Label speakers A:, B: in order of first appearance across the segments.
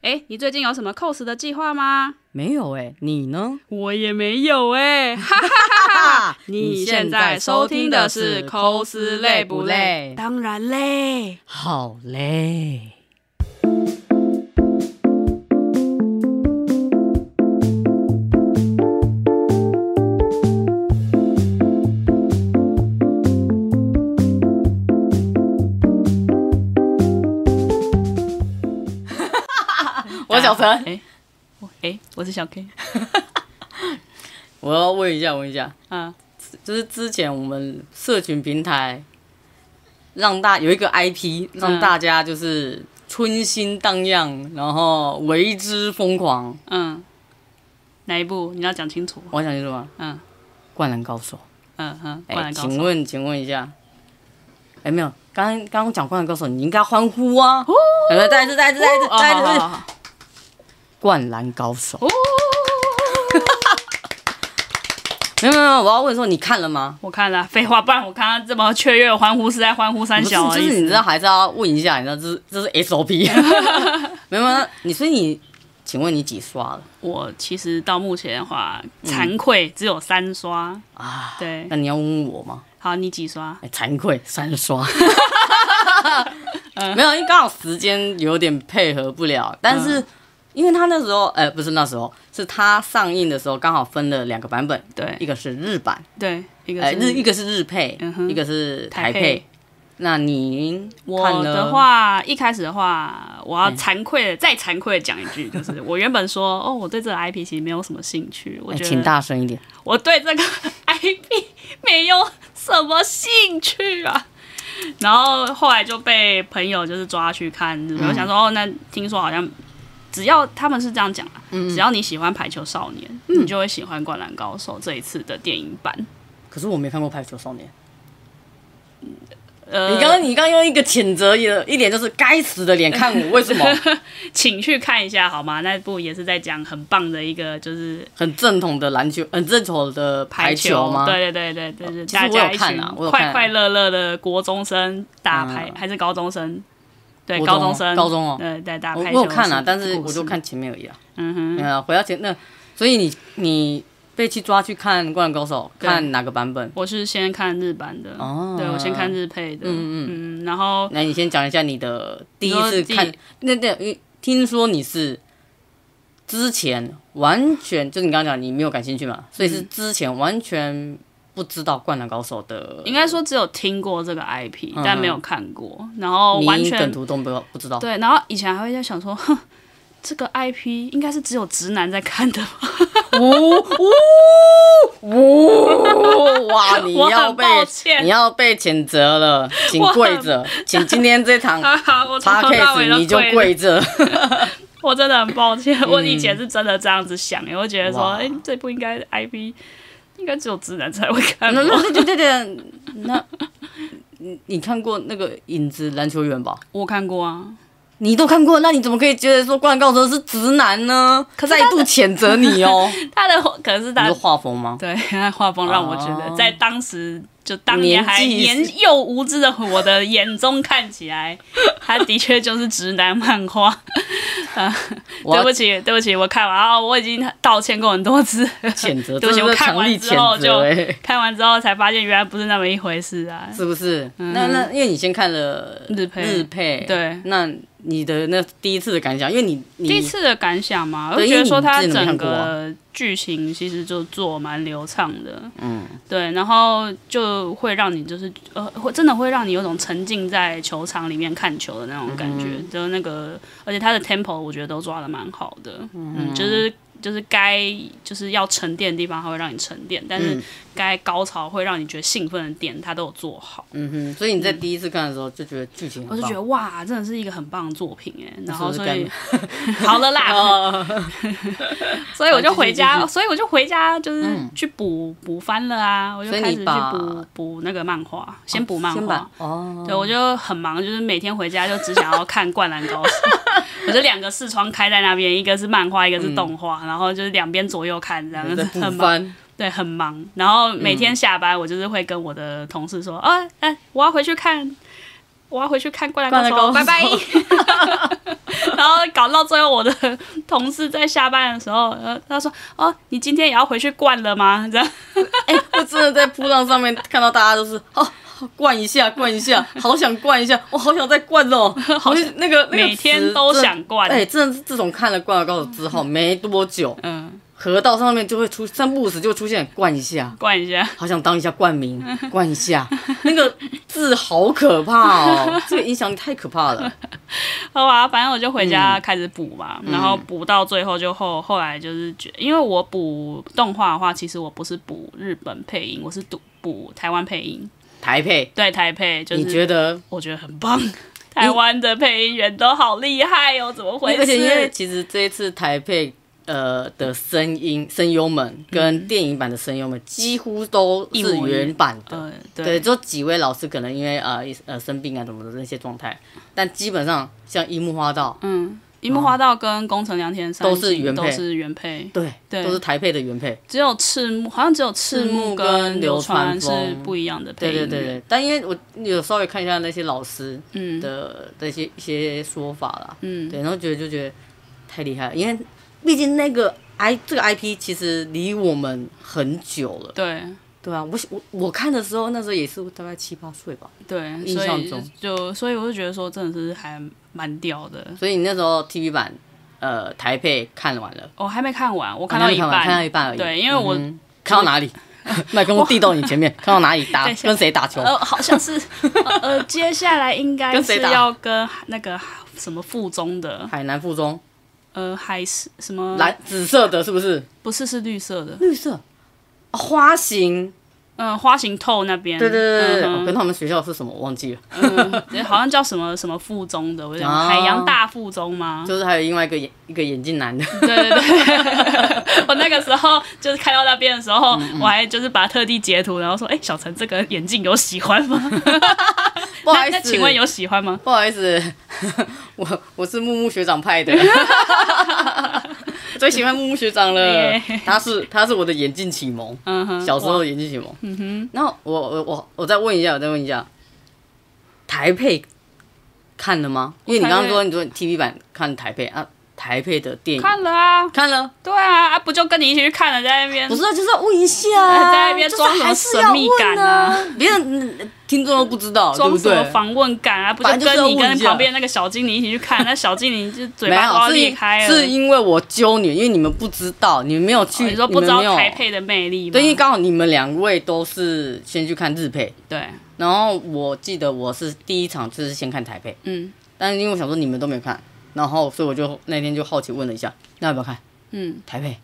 A: 哎，你最近有什么 cos 的计划吗？
B: 没有哎、你呢？
A: 我也没有 哎、哈哈哈哈！你现在收听的是 cos 累不累？当然累。
B: 好 嘞。我是小陈，
A: 哎，我哎，我是小 K
B: 我要问一下，问一下，
A: 啊，
B: 就是之前我们社群平台让大有一个 IP，让
A: 嗯
B: 大家就是春心荡漾，然后为之疯狂。
A: 嗯，哪一部你要讲清楚？
B: 我想清楚吗？
A: 嗯
B: 灌篮高手。
A: 嗯嗯，
B: 哎、
A: 灌篮高手
B: 请问，请问一下，哎、没有，刚刚刚讲灌篮高手，你应该欢呼啊！来来，再一次，再一次，再一次，
A: 哦
B: 再一
A: 好好
B: 次
A: 好，好
B: 灌篮高手。
A: 哦，
B: 没有没有没有，我要问说，你看了吗？
A: 我看了，废话，不然我看他这么雀跃欢呼是在欢呼三
B: 不是，
A: 小啊而
B: 就
A: 已。
B: 是你知道，还是要问一下，你知道，这是这是 SOP。没有，没有你所以你，请问你几刷了
A: 我其实到目前的话，惭愧只有三刷。
B: 啊？
A: 对
B: 嗯那，你要问我吗？
A: 好，你几刷？
B: 哎、惭愧，三刷。 没有，因为刚好时间有点配合不了，但
A: 嗯
B: 是因为他那时候，哎、不是那时候，是他上映的时候刚好分了两个版本，一
A: 对
B: 个是日版，
A: 对，一个
B: 哎、
A: 是
B: 日一个是日配，
A: 嗯哼
B: 一个是
A: 台
B: 台配。
A: 配
B: 那您看
A: 我
B: 了嗯
A: 的话，一开始的话，我要惭愧的、再惭愧的讲一句，就是我原本说哦，我对这个 IP 其实没有什么兴趣，我
B: 哎、
A: 觉
B: 请
A: 得
B: 大声一点。
A: 我对这个 IP 没有什么兴趣啊。然后后来就被朋友就是抓去看日本，我想说哦，那听说好像只要他们是这样讲啊，
B: 嗯
A: 只要你喜欢排球少年，你就会喜欢灌篮高手这一次的电影版。
B: 可是我没看过《排球少年》
A: 呃，
B: 你刚刚你刚刚用一个谴责的一脸就是该死的脸看我，为 什么？
A: 请去看一下好吗？那部也是在讲很棒的一个就是
B: 很正统的篮球，很正统的排球吗？
A: 对对对对对，
B: 其实
A: 大
B: 我
A: 家
B: 有
A: 一
B: 看
A: 群
B: 啊我有看
A: 快
B: 啊
A: 快乐乐的国中生打排
B: 嗯
A: 还是高中生？对，
B: 国
A: 高
B: 中
A: 中
B: 哦
A: 生，
B: 高中哦
A: 对，在打
B: 我
A: 排
B: 我
A: 球的
B: 有
A: 故事。
B: 看啊，但是我就看前面而已啊。嗯哼，回到前那，所以你你被去抓去看《灌篮高手》，
A: 对啊
B: 看哪个版本？
A: 我是先看日版的，
B: 哦
A: 对我先看日配的，嗯嗯嗯，然后
B: 那你先讲一下你的第一次看
A: 你说第，
B: 那那因听说你是之前完全就是你刚刚讲你没有感兴趣嘛，所以
A: 嗯
B: 是之前完全不知道《灌篮高手》的，
A: 应该说只有听过这个 IP，
B: 嗯
A: 但没有看过，然后完
B: 你梗
A: 全
B: 图都不不知道。
A: 对，然后以前还会在想说，哼，这个 IP 应该是只有直男在看的吧，
B: 呜呜呜！哇，你
A: 我
B: 要
A: 很
B: 被
A: 抱歉
B: 你要被谴责了，请
A: 我很
B: 跪着，请今天 这 场
A: 我从头到
B: podcast
A: 尾都
B: 你就
A: 跪着
B: 跪 着。
A: 我真的很抱歉，我以前是真的这样子想，我觉得说，
B: 哇
A: 哎、这不应该 IP，应该只有直男才会 看
B: 那
A: 吧。
B: 那嗯对对对，那你你看过那个《影子篮球员》吧？
A: 我看过啊，
B: 你都看过，那你怎么可以觉得说《灌篮高手》是直男呢？
A: 可是
B: 再
A: 他
B: 度谴责你 哦，
A: 他的可能是
B: 你
A: 他
B: 说画风吗？
A: 对他的画风让我觉得，
B: 哦
A: 在当时就当年还
B: 年纪
A: 年幼无知的我的眼中看起来，他的确就是直男漫画。呃
B: 我
A: 对
B: 要
A: 不起，对不起，我看完啊，我已经道歉过很多次了。
B: 谴责，
A: 对不
B: 这
A: 起
B: 就
A: 我
B: 是
A: 看
B: 强
A: 完
B: 力
A: 之后
B: 谴责、
A: 就
B: 欸，
A: 看完之后才发现，原来不是那么一回事啊。
B: 是不是？那那因为你先看了
A: 日配
B: 日配，
A: 对
B: 那你的那第一次的感想，因为你你
A: 第一次的感想嘛，我
B: 对
A: 就觉得说它
B: 因为你自己没
A: 整
B: 看过啊
A: 个剧情其实就做蛮流畅的，
B: 嗯，
A: 对，然后就会让你就是呃，会真的会让你有种沉浸在球场里面看球的那种感觉，
B: 嗯
A: 就是那个，而且它的 tempo 我觉得都抓的蛮好的，嗯就是就是该就是要沉淀的地方，它会让你沉淀，但
B: 嗯
A: 是该高潮会让你觉得兴奋的点，它都有做好。
B: 嗯哼，所以你在第一次看的时候就觉得剧情
A: 我
B: 很
A: 就
B: 棒，
A: 觉得哇，真的是一个很棒的作品哎，然后
B: 是哦
A: 所
B: 不是
A: 以好了
B: 哦
A: 啦，所以我就回
B: 好继
A: 家，
B: 续嗯
A: 所以我就回家就是去补补番了啊，我就
B: 所以
A: 开
B: 你
A: 始去
B: 把哦
A: 补补那个漫画，先补漫
B: 先
A: 画
B: 把。哦，
A: 对，我就很忙，就是每天回家就只想要看《灌篮高手》，我就两个视窗开在那边，一个是漫画，一个是动画，然后就是两边左右看，这样子
B: 嗯在补
A: 很忙。
B: 番，
A: 对，很忙。
B: 嗯
A: 哦然后每天下班，我就是会跟我的同事说，啊，哎、我要回去看我要回去看《灌篮
B: 灌
A: 高手》，
B: 篮
A: 拜
B: 高
A: 拜
B: 手。
A: 然后搞到最后，我的 同事在下班的时候，呃，他说：“哦，你今天也要回去灌了吗？”这样，
B: 哎、我真的在扑浪上面看到大家都是哦，灌一下，灌一下，好想灌一下，我好想再灌 哦，好像那个那个
A: 每天都
B: 词真的
A: 想灌
B: 哎、真的是自从看了《灌篮高手》之后，没多久，
A: 嗯，
B: 河道上面就会出三不五时就出现灌一下，
A: 灌一下。
B: 好想当一下冠名， 灌一下，那个字好可怕 哦，这个影响力太可怕了。
A: 好吧，反正我就回
B: 嗯
A: 家开始补嘛，然后补到最后就后后来就是觉，因为我补动画的话，其实我不是补日本配音，我是补补台湾配音。
B: 台配，
A: 对，台配就是
B: 你觉得？
A: 我觉得很 棒，台湾的配音员都好厉害哦，怎么回
B: 而且因为
A: 事？
B: 其实这一次台配呃的声音声优们
A: 嗯
B: 跟电影版的声优们几乎都
A: 一模
B: 是
A: 一样
B: 原版的，
A: 嗯，
B: 对，
A: 对，
B: 就几位老师可能因为呃一呃生病啊什么的那些状态，但基本上像樱木花道，
A: 嗯，樱木花道跟宫城良田三
B: 都是原配
A: 都是原配，
B: 对，
A: 对
B: 都是台配的原配。
A: 只有赤木，好像只有赤
B: 赤木
A: 木
B: 跟
A: 流
B: 流川
A: 川是
B: 枫
A: 不一样的配
B: 对
A: 音
B: 对
A: 员。
B: 对对，但因为我有稍微看一下那些老师
A: 嗯
B: 的的一些一些说法啦，
A: 嗯
B: 对，然后觉得就觉得太厉害了，因为毕竟那个 I 这个 IP 其实离我们很久了，
A: 对
B: 对啊，我我我看的时候那时候也是大概七八岁吧，
A: 对，
B: 印
A: 所
B: 象
A: 以
B: 中
A: 就所以我就觉得说，真的是还蛮屌的。
B: 所以你那时候 TV 版呃台配看完了，
A: 我、哦还哦没看完，我
B: 看
A: 到
B: 没
A: 一
B: 看
A: 半，
B: 完看到一半而已，
A: 对，因为我、
B: 嗯看到哪 里，麦克风递到你前面，看到哪里 打
A: 等一下
B: 跟谁打球，
A: 呃好像是呃呃， 接下来应该
B: 跟
A: 是
B: 谁打
A: 要跟那个什么附中的
B: 海南附中
A: 呃还是什么
B: 蓝紫色的是不是
A: 不是是绿色的，
B: 绿色？啊花型，
A: 嗯、花形透那边，
B: 对对对对对，我
A: 嗯
B: 跟他们学校是什么我忘记了，
A: 哼嗯好像叫什么什么附中的，我有点
B: 啊
A: 海洋大附中吗？
B: 就是还有另外一个眼一个眼镜 男的，
A: 对对 对，我那个时候就是开到那边的时候，
B: 嗯
A: 我还就是把特地截图，然后说，哎、小陈这个眼镜有喜欢 吗？
B: 不好意
A: 那
B: 思，
A: 请问有喜欢吗？
B: 不好意思， 我我是木木学长 派的，最喜欢木木学长了
A: 耶，
B: 他是他是我的眼镜启蒙，
A: 嗯哼，
B: 小时候
A: 哇
B: 的眼镜启蒙。嗯哼，然后我我我我再问一下，我再问一下，台配看了吗？因为你刚刚说你说你 TV 版看台配啊，台配的电
A: 哦
B: 影
A: 看了啊，
B: 看了，
A: 对啊，啊不就跟你一起去看了，在那边
B: 不是啊就是要问一下 啊，
A: 在那边装什么神秘感啊
B: 就是还是要问啊？别人嗯听众都不知道，对
A: 装
B: 不
A: 什么
B: 对？
A: 访问感啊？不
B: 反正就是
A: 跟你
B: 要问
A: 跟
B: 一下
A: 旁边那个小精灵一起去看，那小精灵就嘴
B: 没
A: 巴都要
B: 有，
A: 裂开
B: 是
A: 了。
B: 是因为我揪你，因为你们不知道，你们没有去，
A: 哦你说不知
B: 们
A: 道
B: 没有
A: 台配的魅力吗？
B: 对，因为刚好你们两位都是先去看日配，
A: 对，
B: 然后我记得我是第一场就是先看台配，
A: 嗯
B: 但是因为我想说你们都没有看，然后所以我就那天就好奇问了一下，那要不要看
A: 嗯。
B: 台配？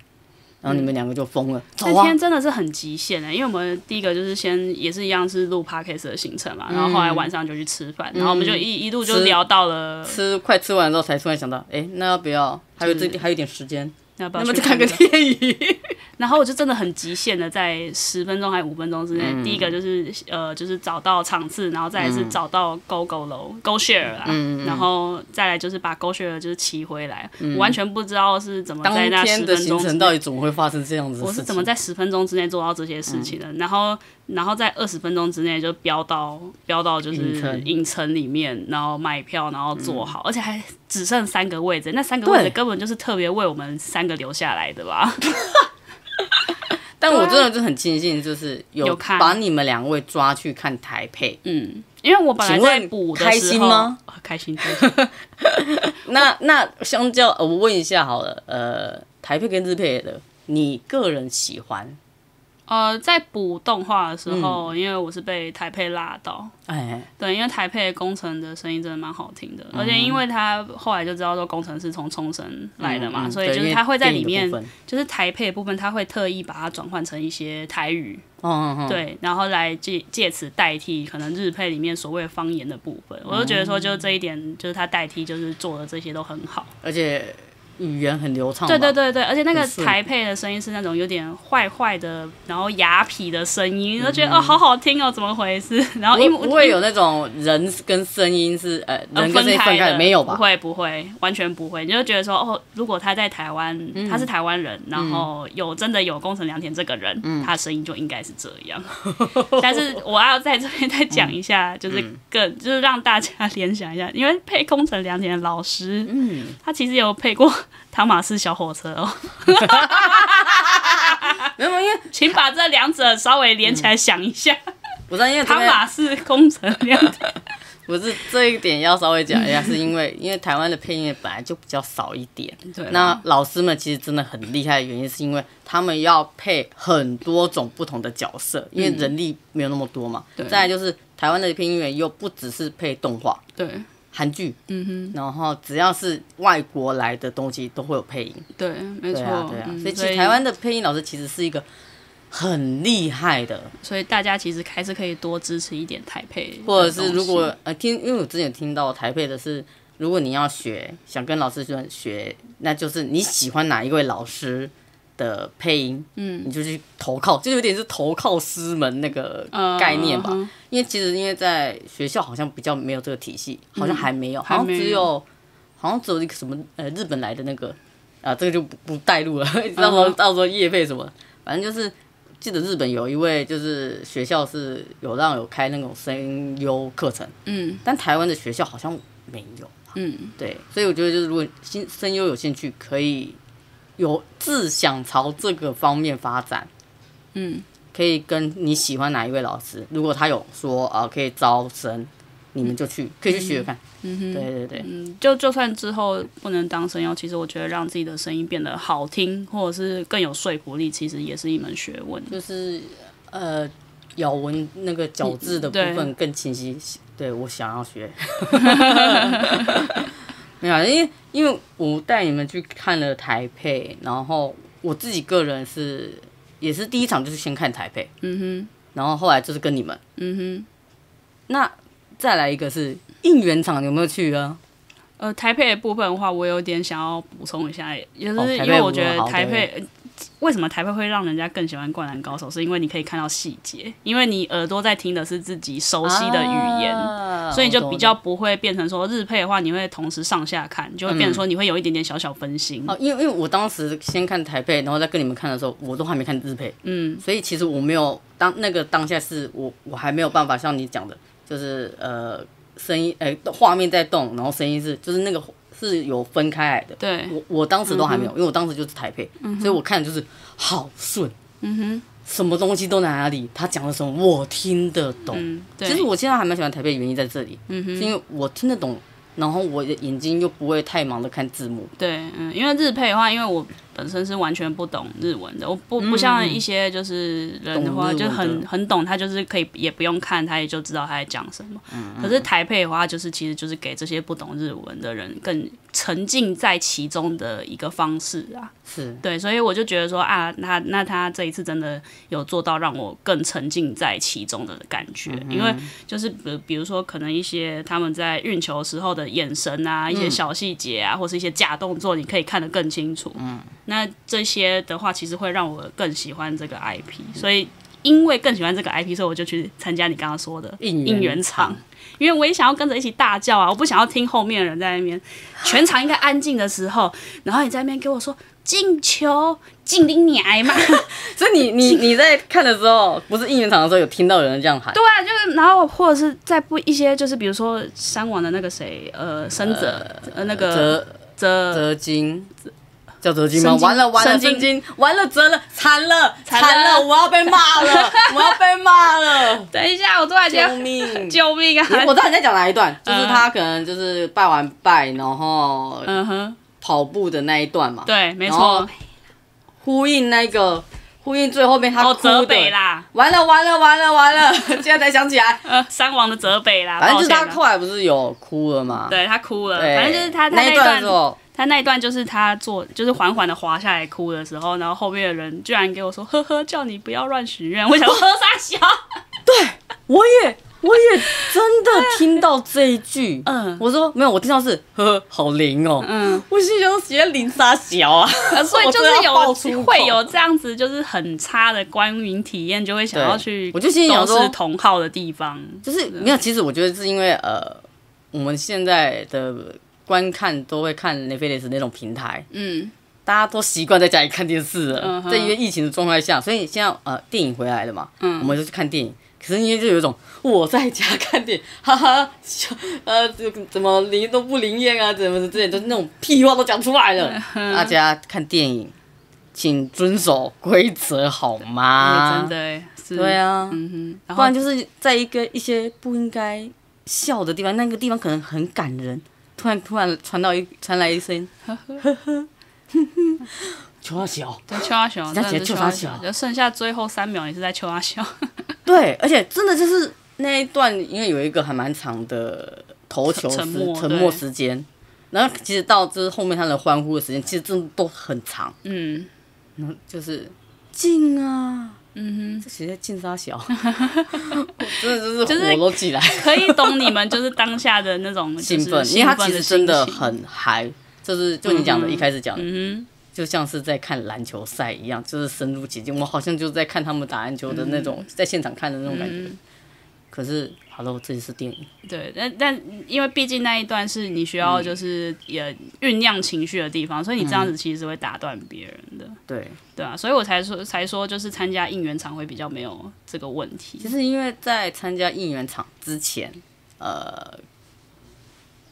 B: 然后你们两个就疯了，走
A: 那
B: 啊
A: 天！真的是很极限欸的、因为我们第一个就是先也是一样是录 podcast 的行程嘛，然后后来晚上就去吃饭，然后我们就一一路就
B: 嗯吃
A: 聊到了
B: 吃快吃完之后才突然想到，哎，那要不要？还有这还有一点时间，
A: 要不
B: 那
A: 要
B: 么
A: 去
B: 就看
A: 看
B: 个
A: 个
B: 电影。
A: 然后我就真的很极限的，在十分钟还五分钟之内，
B: 嗯
A: 第一个就是呃，就是找到场次，然后再来是找到 Go Go 楼 Go Share 啦，
B: 嗯
A: 然后再来就是把 Go Share 就是骑回来，我完全不知道是怎么
B: 当
A: 在那
B: 天
A: 十
B: 的
A: 分
B: 行
A: 钟之
B: 程
A: 内。
B: 到底怎么会发生这样子的
A: 我
B: 事情？
A: 是怎么在十分钟之内做到这些
B: 嗯
A: 事情的？然后，然后在二十分钟之内就飙到飙到就
B: 影
A: 是
B: 城嗯
A: 影城里面，然后卖票，然后坐好，而且还只剩三个位置，那三个位置
B: 对
A: 根本就是特别为我们三个留下来的吧？
B: 但我真的就很庆幸，就是有
A: 啊有看
B: 把你们两位抓去看台配。
A: 嗯，因为我本来
B: 请问
A: 在补的时候，
B: 开心吗
A: 呃？开心，开心
B: 那那相较、呃我问一下好了，呃，台配跟日配的，你个人喜欢？
A: 呃，在补动画的时候，
B: 嗯
A: 因为我是被台配拉到，
B: 哎，
A: 对，因为台配工程的声音真的蛮好听的，而且
B: 嗯
A: 因为他后来就知道说工程是从冲绳来的嘛，
B: 嗯
A: 所以
B: 对
A: 就是
B: 因为
A: 他会在里
B: 电
A: 面
B: 影的，部分
A: 就是台配的部分，他会特意把它转换成一些台语，
B: 嗯嗯嗯，
A: 对，然后来借借此代替可能日配里面所谓的方言的部分，我就觉得说，就这一点，就是他代替，就是做的这些都很好。
B: 而且语言很流畅吧。
A: 对对对对，而且那个
B: 很顺
A: 台配的声音是那种有点坏坏的，然后哑痞的声音，就觉得、哦好好听哦，怎么回事？然后
B: 不会
A: 哦因
B: 不会有那种人跟声音是呃
A: 呃
B: 人跟声音分开
A: 的
B: 的没有吧
A: 不？会不会，完全不会，你就觉得说哦，如果他在台湾，
B: 嗯
A: 他是台湾人，然后有真的有工程良田这个人，
B: 嗯
A: 他的声音就应该是这样。 但是我要在这边再讲一
B: 嗯
A: 下，就是更就是让大家联想一下，因为配工程良田的老师，
B: 嗯
A: 他其实有配过汤马斯小火车哦。
B: 没有，因为
A: 请把这两者稍微连起来想一下。
B: 不是因为这
A: 汤
B: 边
A: 马是工程量 的，
B: 不是这一点要稍微讲一下，是因为因 为台湾的配音本来就比较少一点，
A: 对
B: 那老师们其实真的很厉害的原因，是因为他们要配很多种不同的角色，因为人力没有那么多嘛。
A: 对
B: 再来就是台湾的配音员又不只是配动画、
A: 对
B: 韩剧，嗯哼，然后只要是外国来的东西都会有配音。
A: 对，没
B: 对
A: 错、
B: 啊，对啊，
A: 嗯
B: 所以其实台湾的配音老师其实是一个很厉害的，
A: 所以大家其实还是可以多支持一点台配，
B: 或者是如果呃听，因为我之前有听到台配的是，如果你要学，想跟老师学学，那就是你喜欢哪一位老师的配音，嗯，你就去投靠，就有点是投靠师门那个概念吧。
A: 嗯
B: 因为其实因为在学校好像比较没有这个体系，好像还没有，好像
A: 嗯还没有
B: 只有好像只有一个什么呃日本来的那个啊，这个就不不带入了， 到时候、到时候业配什么，反正就是记得日本有一位就是学校是有让有开那种声优课程，
A: 嗯
B: 但台湾的学校好像没有，
A: 嗯，
B: 对，所以我觉得就是如果新声优有兴趣，可以有自想朝这个方面发展，
A: 嗯，
B: 可以跟你喜欢哪一位老师，如果他有说啊、呃可以招生，你们就去可以去学学看，嗯哼，对对对，
A: 嗯就就算之后不能当声优，其实我觉得让自己的声音变得好听，或者是更有说服力，其实也是一门学问。
B: 就是呃咬文那个咬字的
A: 嗯
B: 部
A: 对
B: 分更清晰。对我想要学， 没有啊，因为因为我带你们去看了台配，然后我自己个人是也是第一场就是先看台配，
A: 嗯
B: 然后后来就是跟你们，
A: 哼，嗯
B: 那再来一个是应援场有没有去啊？
A: 哼，呃，台配的部分的话，我有点想要补充一下，也就
B: 哦
A: 是
B: 台
A: 因
B: 配
A: 为我
B: 部
A: 觉
B: 分
A: 得
B: 好
A: 台
B: 对
A: 配为什么台配会让人家更喜欢《灌篮高手》？是因为你可以看到细节，因为你耳朵在听的是自己熟悉的语言，
B: 啊
A: 所以就比较
B: 我懂
A: 不会变成说日配的话，你会同时上下看，就会
B: 嗯
A: 变成说你会有一点点小小分心。
B: 我懂哦，因为因为我当时先看台配，然后再跟你们看的时候，我都还没看日配，
A: 嗯，
B: 所以其实我没有当那个当下是我我还没有办法像你讲的，就是呃声音哎画、面在动，然后声音是就是那个是有分开来的。
A: 对，嗯
B: 我我当时都还没有，因为我当时就是台配，所以我看的就是好顺，
A: 嗯哼，
B: 什么东西都哪里他讲的什么我听得懂。
A: 嗯，对，嗯
B: 其实我现在还蛮喜欢台北，原因在这里，是因为我听得懂，然后我的眼睛又不会太忙的看字幕。
A: 对，嗯，因为日配的话，因为我本身是完全不懂日文的，我不不像一些就是人的话，
B: 嗯懂日文
A: 就
B: 的
A: 很很懂，他就是可以也不用看，他也就知道他在讲什么。
B: 嗯
A: 可是台配的话，就是其实就是给这些不懂日文的人更沉浸在其中的一个方式啊。
B: 是，
A: 对，所以我就觉得说啊，那那他这一次真的有做到让我更沉浸在其中的感觉，因为就是比比如说可能一些他们在运球时候的眼神啊，一些小细节啊，或是一些假动作，你可以看得更清楚。嗯，那这些的话，其实会让我更喜欢这个 IP，所以。因为更喜欢这个 IP，所以我就去参加你刚刚说的
B: 应援
A: 应援场，因为我也想要跟着一起大叫啊！我不想要听后面的人在那边，全场应该安静的时候，然后你在那边给我说进球，进你你挨 骂，对
B: 所以你 你你在看的时候，不是应援场的时候有听到有人这样喊，
A: 啊，就是然后或者是在不一些就是比如说三网的那个谁，呃，生者，呃，那个
B: 折
A: 泽
B: 折金。叫折金吗
A: 神？经
B: 完了完了，
A: 神经
B: 神经完了折了，惨了
A: 惨
B: 惨
A: 了
B: 了，我要被骂 了，我要被骂了，哎
A: 等一下，我突然
B: 救
A: 间
B: 命！
A: 救命啊！
B: 哎我知道你在讲哪一段，就是他可能就是拜完拜，然后
A: 嗯哼，
B: 跑步的那一段嘛，
A: 对，没
B: 然后
A: 错，
B: 呼应那个呼应最后面他
A: 哦，
B: 哭的，
A: 泽北啦，
B: 完了完了完了完了， 现在才想起来，
A: 呃，三网的泽北啦，
B: 反正就是
A: 抱
B: 他
A: 歉啦
B: 后来不是有哭了嘛，
A: 对他哭了，
B: 对，
A: 反正就是他他
B: 那
A: 一
B: 段
A: 段
B: 的时候，
A: 他那一段就是他做，就是缓缓的滑下来哭的时候，然后后面的人居 然给我说：“呵呵，叫你不要乱许愿。”我想说呵啥小，
B: 我也我也真 的听到这一句，
A: 嗯
B: 我说没有，我听到是呵呵，好灵哦，
A: 嗯，
B: 我心想直接零杀 小啊，
A: 所以
B: 我
A: 就
B: 真的
A: 是
B: 要爆粗
A: 有
B: 口
A: 会有这样子，就是很差的观影体验，就会想要
B: 对
A: 去，
B: 我就心里想说
A: 是同号的地方，
B: 就是没有，其实我觉得是因为呃，我们现在的观看都会看 Netflix 那种平台，
A: 嗯，
B: 大家都习惯在家里看电视了，
A: 嗯哼
B: 在因为疫情的状态下，所以现在呃电影回来了嘛，
A: 嗯
B: 我们就去看电影。可是因为就有一种我在家看电影， 哈哈，笑呃，这个怎么灵都不灵验啊，怎么之类的，就是那种屁话都讲出来
A: 嗯
B: 了。大家看电影，请遵守规则好吗？
A: 真的欸是，
B: 啊对啊，
A: 嗯哼，然
B: 不
A: 后
B: 然就是在一个一些不应该笑的地方，那个地方可能很感人，突然突然传到一传来 一声，呵呵，求他笑。
A: 对秋阿小，
B: 人家
A: 真的
B: 直接
A: 是秋
B: 救他
A: 阿
B: 小
A: 小，就剩下最后三秒也是在秋阿小，
B: 对，而且真的就是那一段，因为有一个还蛮长的投球时
A: 沉默
B: 沉默
A: 对
B: 时间，然后其实到就是后面他的欢呼的时间，其实真的都很长，
A: 嗯
B: 就是进啊，
A: 嗯
B: 这谁在进 沙小？我真的就
A: 就是是
B: 火都起来。
A: 哼，可以懂你们就是当下的那种就是
B: 兴奋，因为
A: 兴
B: 他
A: 奋
B: 其实
A: 心
B: 真的
A: 情，
B: 很嗨，就是就你讲的，
A: 嗯
B: 一开始讲的，
A: 嗯
B: 就像是在看篮球赛一样，就是深入其境。我好像就在看他们打篮球的那
A: 嗯
B: 种，在现场看的那种感觉。可是，Hello，这里是电影，
A: 哼，对，但但因为毕竟那一段是你需要就是也酝酿情绪的地方，所以你这样子其实会打断别人的。
B: 对。
A: 对啊，所以我才说才说就是参加应援场会比较没有这个问
B: 其
A: 题。
B: 实因为在参加应援场之前，呃，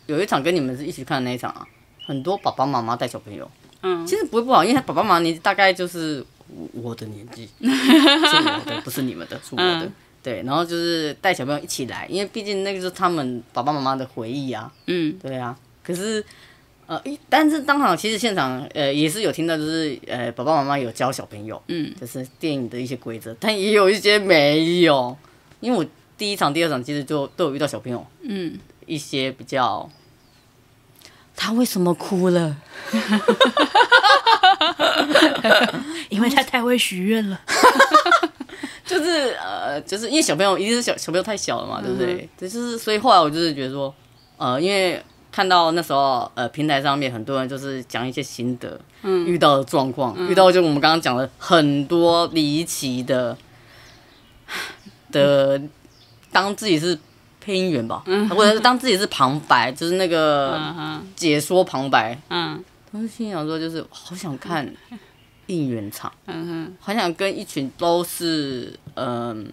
B: 有一场跟你们是一起看的那一场啊，很多爸爸妈妈带小朋友，
A: 嗯，
B: 其实不会不好，因为他爸爸妈妈年纪大概就是我我的年 纪，是我的，不是你们的，是我的。
A: 嗯
B: 对，然后就是带小朋友一起来，因为毕竟那个就是他们爸爸妈妈的回忆啊。
A: 嗯，
B: 对啊，可是呃，一但是当场其实现场呃也是有听到，就是呃爸爸妈妈有教小朋友，
A: 嗯，
B: 就是电影的一些规则，但也有一些没有，因为我第一场、第二场其实就都有遇到小朋友，
A: 嗯，
B: 一些比较。他为什么哭了？
A: 因为他太会许愿了。
B: 就是呃，就是因为小朋友一定是小小朋友太小了嘛，对不对？对就是所以后来我就是觉得说，呃，因为看到那时候呃平台上面很多人就是讲一些心得，嗯，遇到的状况，遇到就我们刚刚讲的很多离奇的的，当自己是配音员吧，啊或者是当自己是旁白，就是那
A: 嗯
B: 个
A: 哼，
B: 解说旁白，
A: 嗯
B: 我就心想说，就是好想看应援场。
A: 嗯哼，
B: 很想跟一群都是嗯、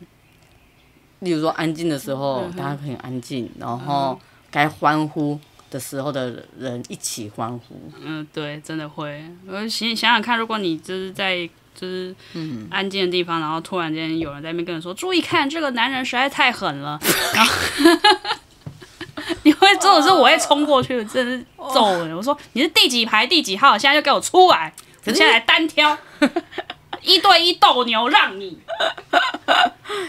B: 例如说安静的时候，大家很安静，然后该欢呼的时候的人一起欢呼。
A: 嗯，对，真的会。我想想想看，如果你就是在就是安静的地方，然后突然间有人在那边跟你说：“注意看，这个男人实在太狠了。”然后 你会这种是我会冲过去，真的是揍人。我说：“你是第几排第几号？现在就给我出来！我现在来单 挑，一对一斗牛，让你。”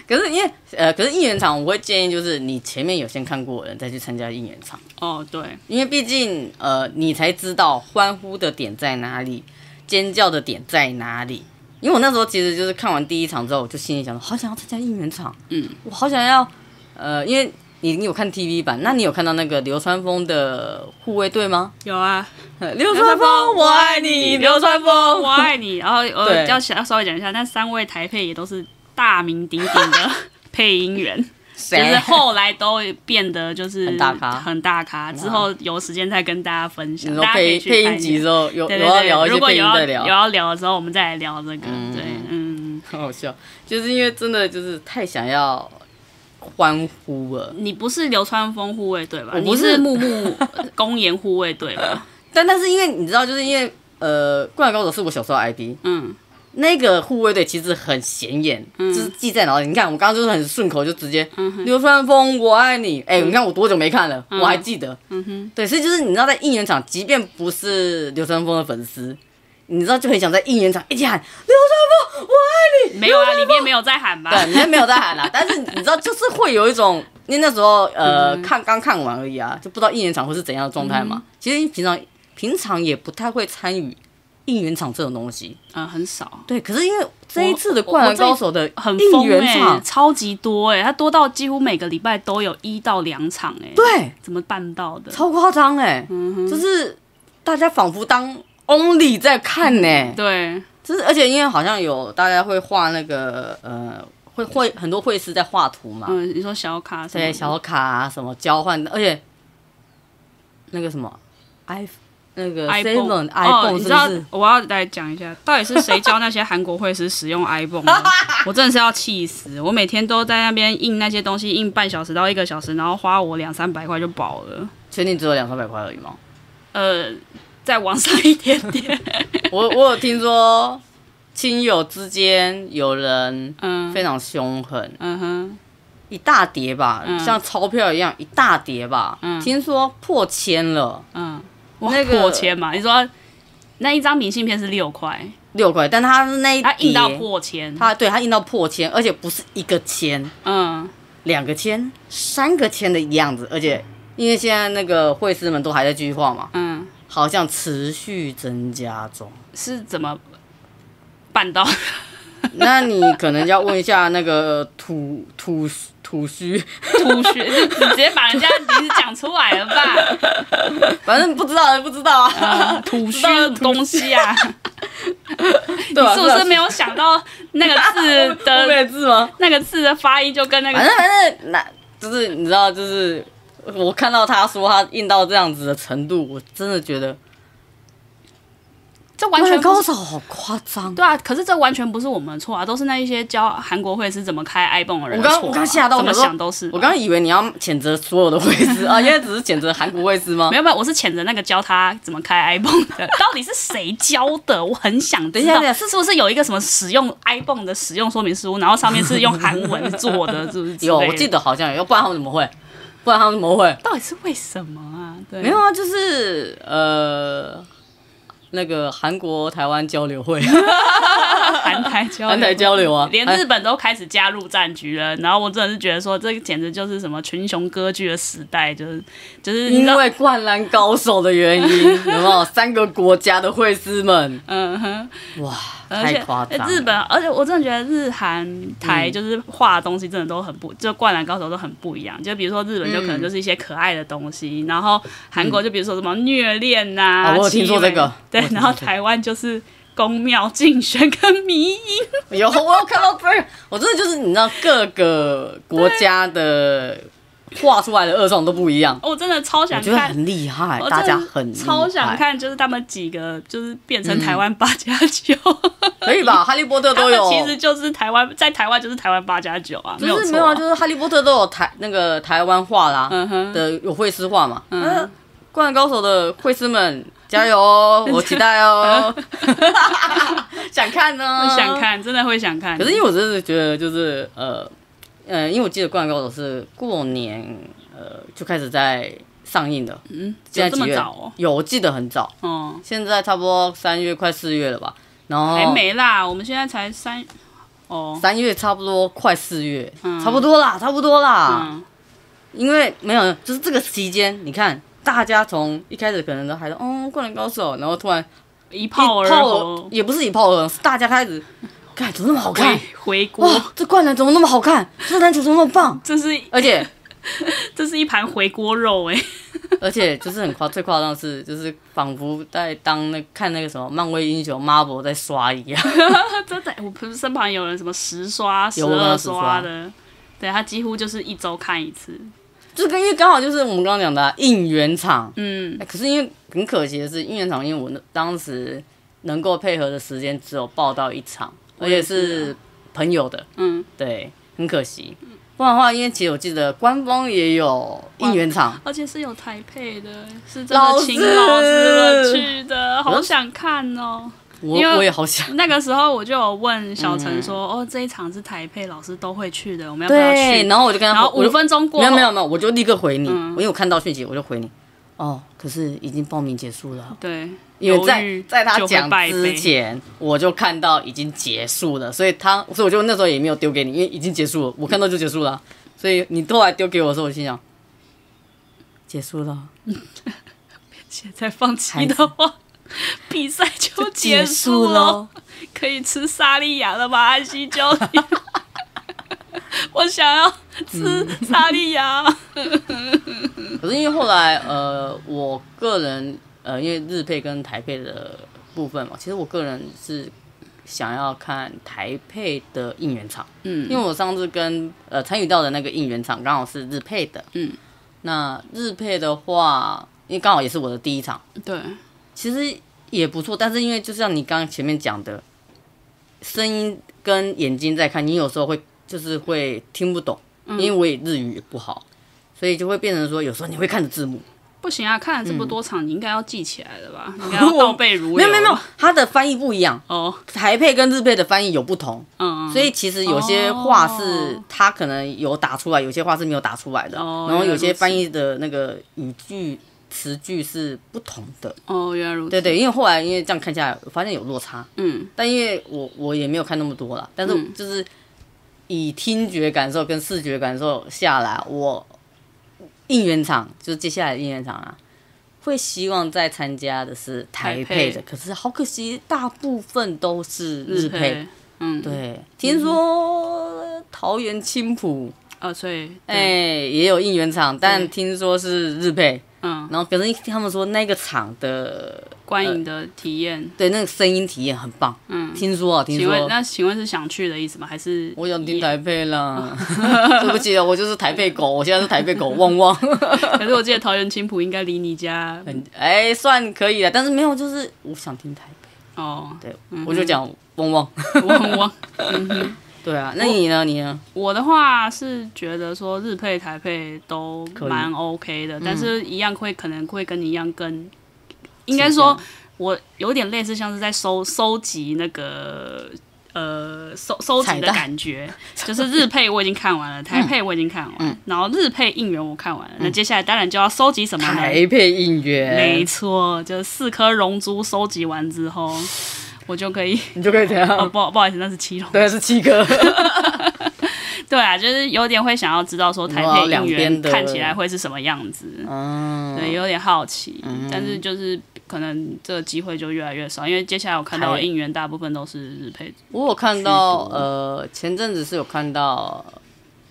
B: 可是因为呃，可是应援场，我会建议就是你前面有先看过的人再去参加应援场，
A: 哦，对，
B: 因为毕竟呃，你才知道欢呼的点在哪里，尖叫的点在哪里。因为我那时候其实就是看完第一场之后，我就心里想说，好想要参加应援场，
A: 嗯，
B: 我好想要，呃，因为你你有看 TV 版，那你有看到那个流川枫的护卫队吗？
A: 有啊，
B: 流川枫，我爱你，流川
A: 我
B: 枫。
A: 爱你。然后我
B: 对
A: 要想稍微讲一下，那三位台配也都是大名鼎鼎的配音员，就
B: 谁
A: 是后来都变得就是
B: 很大咖
A: 很大咖。之后有时间再跟大家分享
B: 你，说
A: 大家可以
B: 配
A: 去
B: 配
A: 看
B: 音
A: 一
B: 集
A: 下
B: 之后有
A: 对
B: 有要
A: 对
B: 聊
A: 对，
B: 一
A: 如
B: 些
A: 果
B: 配
A: 有
B: 音
A: 要
B: 再
A: 有
B: 聊，
A: 要聊的时候，我们再来聊这个。对，嗯，
B: 很好笑，就是因为真的就是太想要欢呼了，
A: 你不是流川枫护卫队吧？
B: 我
A: 你
B: 不是
A: 是木木公园护卫队 吧？
B: 但但是因为你知道，就是因为呃，《灌篮高手》是我小时候的 IP，
A: 嗯
B: 那个护卫队其实很显眼，就是记在脑里。你看我刚刚就是很顺口就直接流川枫，我爱你。哎、你看我多久没看了，我还记得。
A: 嗯嗯哼，
B: 对，所以就是你知道，在应援场，即便不是流川枫的粉丝，你知道就很想在应援场哎一起喊流川枫，我爱你。
A: 没有啊，里面没有在喊吧？
B: 对，你那没有在 喊啦、但是你知道，就是会有一种，因为那时候呃、
A: 嗯
B: 看刚看完而已啊，就不知道应援场会是怎样的状态嘛。其实平常平常也不太会参与应援场这种东西。
A: 嗯、很少，
B: 对，可是因为这一次的《
A: 我
B: 灌篮
A: 我这
B: 高手》的
A: 很
B: 应
A: 疯
B: 援
A: 哎、
B: 场，
A: 超级多哎、它多到几乎每个礼拜都有一到两场哎、
B: 对，
A: 怎么办到的？
B: 超夸张哎，
A: 嗯
B: 就是大家仿佛当 only 在看呢、
A: 对，
B: 就是而且因为好像有大家会画那个呃，会会很多会师在画图嘛，
A: 嗯，你说小卡什么
B: 对，
A: 的
B: 小卡、啊、什么交换，而且那个什么 i 那个 seven
A: iPhone
B: iPhone
A: 哦，你
B: 是
A: 知道
B: 不 是？
A: 我要来讲一下，到底是谁教那些韩国会师使用 iPhone？的
B: 嗯
A: 我真的是要气死！我每天都在那边印那些东西，印半小时到一个小时，然后花我两三百块就饱了。
B: 确定只有两三百块而已吗？
A: 呃，再往上一点点，
B: 我我有听说亲友之间有人
A: 嗯
B: 非常凶狠，
A: 嗯哼，
B: 一大叠吧，
A: 嗯
B: 像钞票一样一大叠吧，听说破千了
A: 嗯，哇，
B: 那个
A: 破千嘛？你说那一张明信片是六块，
B: 六块，但他是那一
A: 它印到
B: 叠
A: 破千，
B: 他对他印到破千，而且不是一个千，
A: 嗯，
B: 两个千，三个千的样子，而且因为现在那个会师们都还在继续画嘛，
A: 嗯，
B: 好像持续增加 中。
A: 是怎么办到？
B: 那你可能要问一下那个呃土土土虚，
A: 吐血， 你直接把人家名字讲出来了吧？
B: 反正不知道不知道啊，
A: 吐血的东西啊，
B: 对 吧？
A: 是不是没有想到那个字 的
B: 的字吗？
A: 那个字的发音就跟那
B: 反正
A: 个
B: 反正那就是你知道，就是我看到他说他印到这样子的程度，我真的觉得
A: 这完全不
B: 啊高
A: 是
B: 手好夸张。
A: 对啊，可是这完全不是我们的错啊，都是那一些教韩国会是怎么开 iPhone 的人
B: 我
A: 的错啊、
B: 刚我刚吓到，
A: 怎么
B: 想说
A: 想都是
B: 我刚刚以为你要谴责所有的卫 视啊，原来只是谴责韩国卫视吗
A: 没？有没有，我是谴责那个教他怎么开 iPhone 的，到底是谁教的？我很想
B: 等
A: 知
B: 一下
A: 道
B: 等一下，
A: 是是不是有一个什么使用 iPhone 的使用说明书，然后上面是用韩文做的，是不是？
B: 有，我记，得好像有，要不然他们怎么会？不然他们怎么会？
A: 到底是为什么啊？对，
B: 没有啊，就是呃，那个韩国台湾交流会，
A: 韩台教
B: 啊韩台交流 啊，
A: 连
B: 哎
A: 日本都开始加入战局了，然后我真的是觉得说，这简直就是什么群雄割据的时代，就是就是你知
B: 因
A: 道，
B: 为灌篮高手的原因，有没有三个国家的会师 们？
A: 嗯哼，
B: 哇，
A: 而且哎
B: 太夸张了！
A: 日本，而且我真的觉得日韩台
B: 嗯
A: 就是画的东西真的都很不，就灌篮高手都很不一样。就比如说日本就可能
B: 嗯
A: 就是一些可爱的东西，然后韩国就比如说什么虐恋呐、
B: 啊我有听说
A: 欺凌
B: 这个
A: 对
B: 我有，听
A: 然后
B: 说这个
A: 台湾就是宫庙竞选跟迷音，
B: 有我有看到这个，我真的就是你知道各个国家的画出来的二创都不一样。
A: 我真的超想
B: 我觉得
A: 看。
B: 很厉害，
A: 我
B: 大
A: 哦真
B: 家
A: 的
B: 很厉害
A: 超想，看，就是他们几个就是变成台湾八加 九，
B: 可以吧？哈利波特
A: 他
B: 都
A: 们
B: 有，
A: 其实就是台湾，在台湾就是台湾八加九啊，没
B: 就是没
A: 错
B: 有
A: 啊、
B: 啊，就是哈利波特都有台那个台湾画啦、
A: 嗯哼，
B: 的有绘师画嘛。嗯，灌篮高手的绘师们加油 哦，我期待哦， 想看呢，
A: 会想。看，真的会想看。
B: 可是因为我真的觉得就是呃呃，因为我记得灌篮高手是过年呃就开始在上映的，
A: 嗯，
B: 现在
A: 有这么
B: 几月？
A: 早哦？
B: 有，我记得很早，
A: 哦，
B: 现在差不多三月快四月了吧，然后
A: 还没啦，我们现在才三哦，
B: 三月差不多快四月，
A: 嗯
B: 差不多啦，差不多啦。
A: 嗯
B: 因为没有，就是这个期间，你看大家从一开始可能都还是哦《灌篮高手》，然后突然
A: 一
B: 一
A: 炮而
B: 炮
A: 红，
B: 也不是一炮而红，是大家开始，看怎么那么好看
A: 回？回锅，
B: 哇，这灌篮怎么那么好看？这篮球怎么那么棒？
A: 这是
B: 而且
A: 这是一盘回锅肉哎，
B: 而且就是很夸，最夸张的是，就是仿佛在当那看那个什么漫威英雄 Marvel 在刷一样。
A: 真的，我不是身旁有人什么十刷、十
B: 有我看
A: 二
B: 到十刷
A: 刷的，对他几乎就是一周看一次，
B: 这个因为刚好 就是我们刚刚讲的啊应援场、
A: 嗯
B: 哎可是因为很可惜的是，应援场因为我那当时能够配合的时间只有报到一场，而且
A: 啊
B: 是朋友的，
A: 嗯，
B: 对，很可惜。不然的话，因为其实我记得官方也有应援场，
A: 而且是有台配的，是真
B: 老
A: 的
B: 师嗯
A: 请老师们去的，好想看哦。
B: 我
A: 因为
B: 我也 好想。
A: 那个时候我就有问小陈说，哦，这一场是台配老师都会去的，我们要不要
B: 嗯对，
A: 去？
B: 然后我就跟
A: 然
B: 他，
A: 后
B: 我
A: 五
B: 就
A: 分钟过
B: 没有
A: 后
B: 没有没有，我就立刻回你，
A: 嗯
B: 因为我看到讯息我就回你。哦，可是已经报名结束了。
A: 对，
B: 因为
A: 犹豫
B: 在在他
A: 就会
B: 讲
A: 败
B: 之
A: 北，
B: 前，我就看到已经结束了，所以他，所以我就那时候也没有丢给你，因为已经结束了，我看到就结束了。啊所以你后来丢给我的时候，我心想，结束了，
A: 现在放弃
B: 孩子
A: 的话，比赛就
C: 结
A: 结
C: 束
A: 束
C: 喽
A: 喽，。可以吃沙莉亚了吧，安西教 练？我想要吃
B: 嗯
A: 沙莉 亚。
B: 可是因为后来呃，我个人呃，因为日配跟台配的部分嘛，其实我个人是想要看台配的应援场，嗯，因为我上次跟呃参与到的那个应援场刚好是日配的，
A: 嗯，
B: 那日配的话，因为刚好也是我的第一场，
A: 对，
B: 其实也不错，但是因为就像你刚刚前面讲的，声音跟眼睛在看，你有时候会就是会听不懂，
A: 嗯
B: 因为我也日语也不好，所以就会变成说有时候你会看着字幕。
A: 不行啊，看了这么多场，你应该要记起来了 吧？你应该要啊倒背如流。
B: 嗯没有没有没有，它的翻译不一样，
A: 哦，
B: 台配跟日配的翻译有不同，
A: 嗯，嗯
B: 所以其实有些话是
A: 哦
B: 它可能有打出来，有些话是没有打出来的，
A: 哦
B: 然后
A: 原
B: 有
A: 来如
B: 些
A: 此
B: 翻译的那个语句词句是不同的。
A: 哦，原来如此。
B: 对对，因为后来因为这样看下来，我发现有落差，
A: 嗯，
B: 但因为我我也没有看那么多啦，但是就是以听觉感受跟视觉感受下来，我应援场就是接下来的应援场啊，会希望再参加的是台配
A: 台
B: 的，
A: 配
B: 可是好可惜，大部分都是日配。，
A: 嗯，，
B: 对，听说桃园青浦
A: 啊，所以，
B: 哎、
A: 对，
B: 也有应援场，但
A: 对
B: 听说是日配，
A: 嗯，
B: 然后可是他们说那个场的
A: 观影的体验，
B: 对那个声音体验很棒，
A: 嗯，
B: 听说啊，听
A: 请
B: 呃说
A: 问那请问是想去的意思吗？还是
B: 我想听台配 啦，对不起啊，我就是台配狗，我现在是台配狗汪汪。
A: 可是我记得桃园青浦应该离你家
B: 很哎、算可以了，但是没有，就是我想听台配，
A: 哦，
B: 对，我就讲汪汪。
A: 汪汪。
B: 对啊，那你呢？你呢？
A: 我的话是觉得说日配、台配都
B: 以嗯
A: 蛮 OK 的，但是一样会可能会跟你一样跟，应该说我有点类似像是在收收集那个呃收收集
B: 彩
A: 的
B: 蛋嗯
A: 感觉，就是日配我已经看完了，台配我已经看完，然后日配应援我看完了，那接下来当然就要收集什么呢？
B: 台配应援
A: 没，错，就是四颗龙珠收集完之后，我就可以
B: 你就可以怎样？
A: 哦不好不好意思，那是七龙。
B: 嗯对，是七哥。
A: 对啊，就是有点会想要知道说台
B: 如果要
A: 配
B: 两
A: 应
B: 边
A: 援
B: 的
A: 看起来会是什么样子，
B: 嗯，
A: 对，有点好奇，但是就是可能这个机会就越来越少，因为接下来我看到
B: 台
A: 的应援大部分都是日配，
B: 我有看到，呃，前阵子是有看到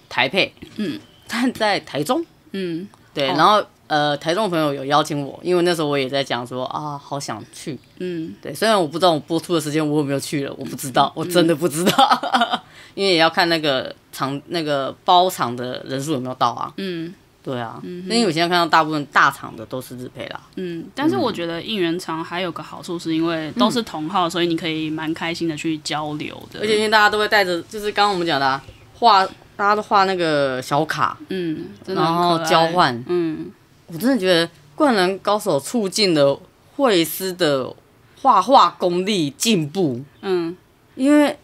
B: 台配，嗯，但在台中，
A: 嗯，
B: 对，
A: 哦
B: 然后呃，台中的朋友有邀请我，因为那时候我也在讲说啊，好想去，
A: 嗯，
B: 对，虽然我不知道我播出的时间我有没有去了，我不知道，我真的
A: 嗯
B: 不知道， 因为也要看那个场那个包场的人数有没有到啊，嗯，对啊，因为我现在看到大部分大场的都是日配啦，
A: 嗯，但是我觉得应援场还有个好处是因为都是同号，所以你可以蛮开心的去交流的，
B: 而且因为大家都会带着，就是刚刚我们讲的、啊、画，大家都画那个小卡，
A: 嗯，真的
B: 然
A: 很可爱
B: 后交，换，
A: 嗯，
B: 我真的觉得《灌篮高手》促进了惠斯的画画功力进步，
A: 嗯，
B: 因为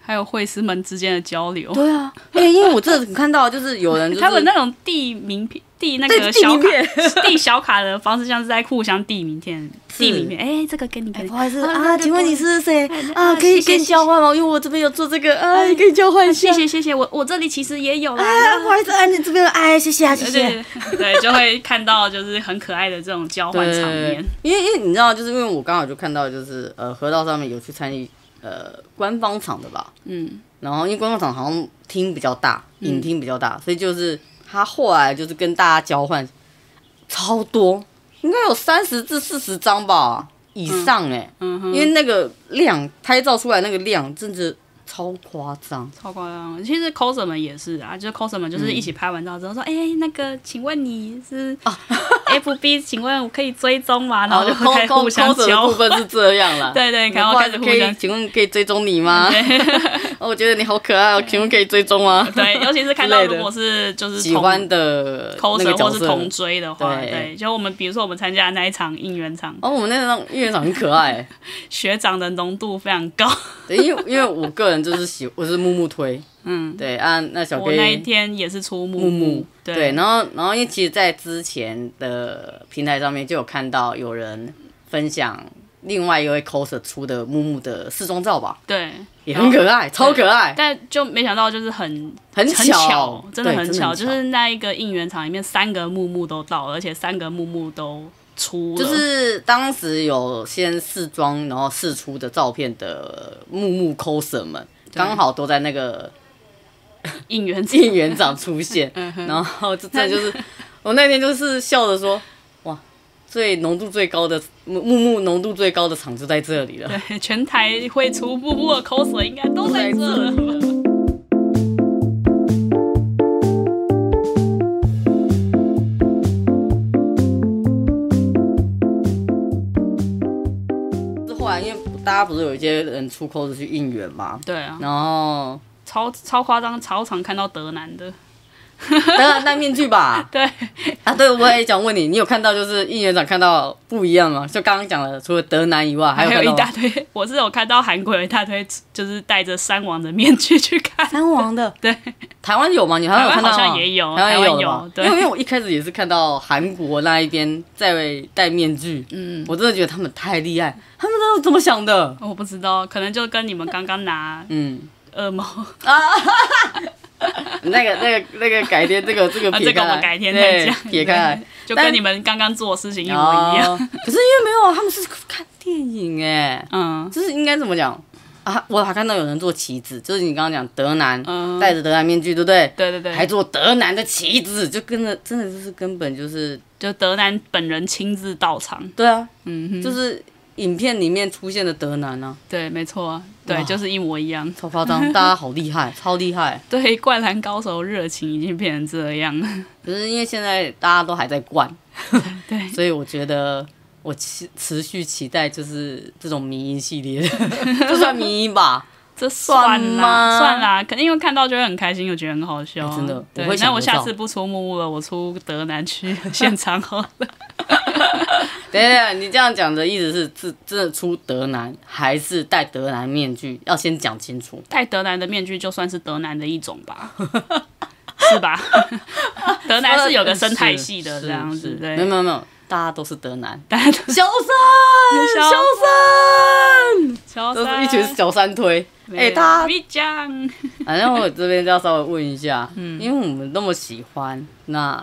A: 还有会师们之间的交流，
B: 对啊，哎、因为我这看到就是有人就是
A: 他们那种递名片、递那
B: 对
A: 个
B: 递
A: 小
B: 名
A: 卡
B: 片、
A: 递小卡的方式，像是在互相递名片、
B: 是
A: 递名片。哎、这个给你，给你
B: 不。好意思
A: 啊
B: 啊，
A: 对对
B: 请问
A: 对
B: 你是谁啊？
A: 啊
B: 可
A: 谢
B: 以
A: 谢
B: 跟你
A: 谢
B: 交换吗？因为我这边有做这个，啊，你可以交换一下。
A: 谢谢谢谢，我我这里其实也有啦。
B: 啊，不好意思，啊，你这边有哎，谢谢啊，谢
A: 对
B: 谢。
A: 对对对，就会看到就是很可爱的这种交换
B: 对
A: 场面。，
B: 因为因为你知道，就是因为我刚好就看到，就是呃，河道上面有去参与呃官方场的吧，
A: 嗯，
B: 然后因为官方场好像厅比较大，影厅比较大，所以就是他后来就是跟大家交换，超多，应该有三十至四十张吧以上哎、
A: 嗯
B: 因为那个量拍照出来那个量真的超夸张，
A: 超夸张的。其实 coser 们也是啊，就是 coser 们
B: 嗯
A: 就是一起拍完照之后说，哎、那个，请问你是
B: 哦
A: FB？请问我可以追踪吗？然后就
B: 抠
A: 哦会开始
B: 抠
A: 互相
B: 抠哦的
A: 交
B: 部
A: 换。
B: 分是这样啦。
A: 对对，然
B: 不
A: 后
B: 好意
A: 开
B: 思
A: 始互
B: 可以
A: 相嗯
B: 请问可以追踪你吗？哦我觉得你好可爱哦，请问可以追踪吗？
A: 对，尤其是看到
B: 之类的
A: 如果是就是
B: 喜
A: 同
B: 欢的
A: 抠
B: 那
A: 舌
B: 个角
A: 或是
B: 色。
A: 同追的话，
B: 对
A: 对，就我们比如说我们参加的那一场应援场，
B: 哦，我们那张应援场很可爱、
A: 学长的浓度非常高。
B: 对，因为因为我个人就是喜，我是木木推，
A: 嗯，
B: 对啊，那小
A: 我那一
B: K
A: 天也是出木
B: 木木，
A: 对，
B: 对，然后然后因为其实，在之前的平台上面就有看到有人分享另外一位 coser 出的木木的试妆照吧，
A: 对，
B: 也
A: 哦
B: 很可爱，超可爱，
A: 但就没想到就是很
B: 很
A: 很
B: 巧
A: 巧，，真的
B: 对
A: 很巧，就是那一个应援场里面三个木木都到了，而且三个木木都粗了，
B: 就是当时有先试妆，然后试出的照片的幕幕 coser 们，刚好都在那个
A: 应援
B: 应援长出现，然后这这就是我那天就是笑着说，哇，最浓度最高的幕幕浓度最高的场就在这里了。
A: 对，全台会出布布的 coser 应该都在这了。
B: 后来因为大家不是有一些人出 cos 去应援嘛，
A: 对啊，
B: 然后
A: 超超夸张，超常看到德南的，
B: 当然戴面具吧
A: 对，
B: 啊，对，我也想问你，你有看到就是应援长看到不一样吗？就刚刚讲的，除了德南以外，还有
A: 还有
B: 看
A: 一
B: 到
A: 大堆，我是有看到韩国有一大堆，就是戴着三王的面具去看，
B: 三王的，
A: 对，
B: 台湾有吗？你好像有看到吗？
A: 台湾好像也有
B: 台湾
A: 台
B: 也
A: 湾
B: 有
A: 有
B: 吗？因
A: 对
B: 为因为我一开始也是看到韩国那一边在戴面具，嗯，我真的觉得他们太厉害，他们都怎么想的？
A: 我不知道，可能就跟你们刚刚拿
B: 嗯，
A: 恶魔，
B: 那个那个那个改天这个这个
A: 啊
B: 撇
A: 这个
B: 开
A: 我
B: 来，
A: 们改天再
B: 对
A: 讲，
B: 撇开来
A: 对，就
B: 但
A: 跟你们刚刚做的事情一模一样。
B: 哦可是因为没有啊，他们是看电影哎，
A: 嗯，
B: 就是应该怎么讲啊？我还看到有人做旗子，就是你刚刚讲德南
A: 嗯
B: 戴着德南面具，对不对？
A: 对对对，
B: 还做德南的旗子，就跟着真的就是根本就是
A: 就德南本人亲自到场。
B: 对啊，
A: 嗯哼，
B: 就是影片里面出现的德 南啊，
A: 对，没错啊，对，就是一模一样。
B: 超夸张，大家好厉害，超厉害。
A: 对《灌篮高手》热情已经变成这样 了。
B: 可是因为现在大家都还在灌，
A: 对，
B: 所以我觉得我期持续期待就是这种迷音系列， 这算迷音吧？
A: 这算
B: 算
A: 啦，
B: 吗
A: 算啦，肯定因为看到就会很开心，我觉得很好笑啊、
B: 哎真的
A: 对
B: 我会，想
A: 那我下
B: 合照
A: 次不出木屋了，我出德南区 现场好了。
B: 等一下，你这样讲的意思是，是真的出德南还是戴德南面具？要先讲清楚。
A: 戴德南的面具就算是德南的一种 吧，是吧？ 德南是有个生态系的
B: 是
A: 这样
B: 是
A: 子，对
B: 没有。
A: 。
B: 没有没有，大家都是德南
A: 大家
B: 小三，
A: 小
B: 小三，
A: 都
B: 都是一群小三推。哎、
A: 他
B: 他
A: 米酱，
B: 反正我这边就要稍微问一下，
A: 嗯
B: 因为我们那么喜欢，那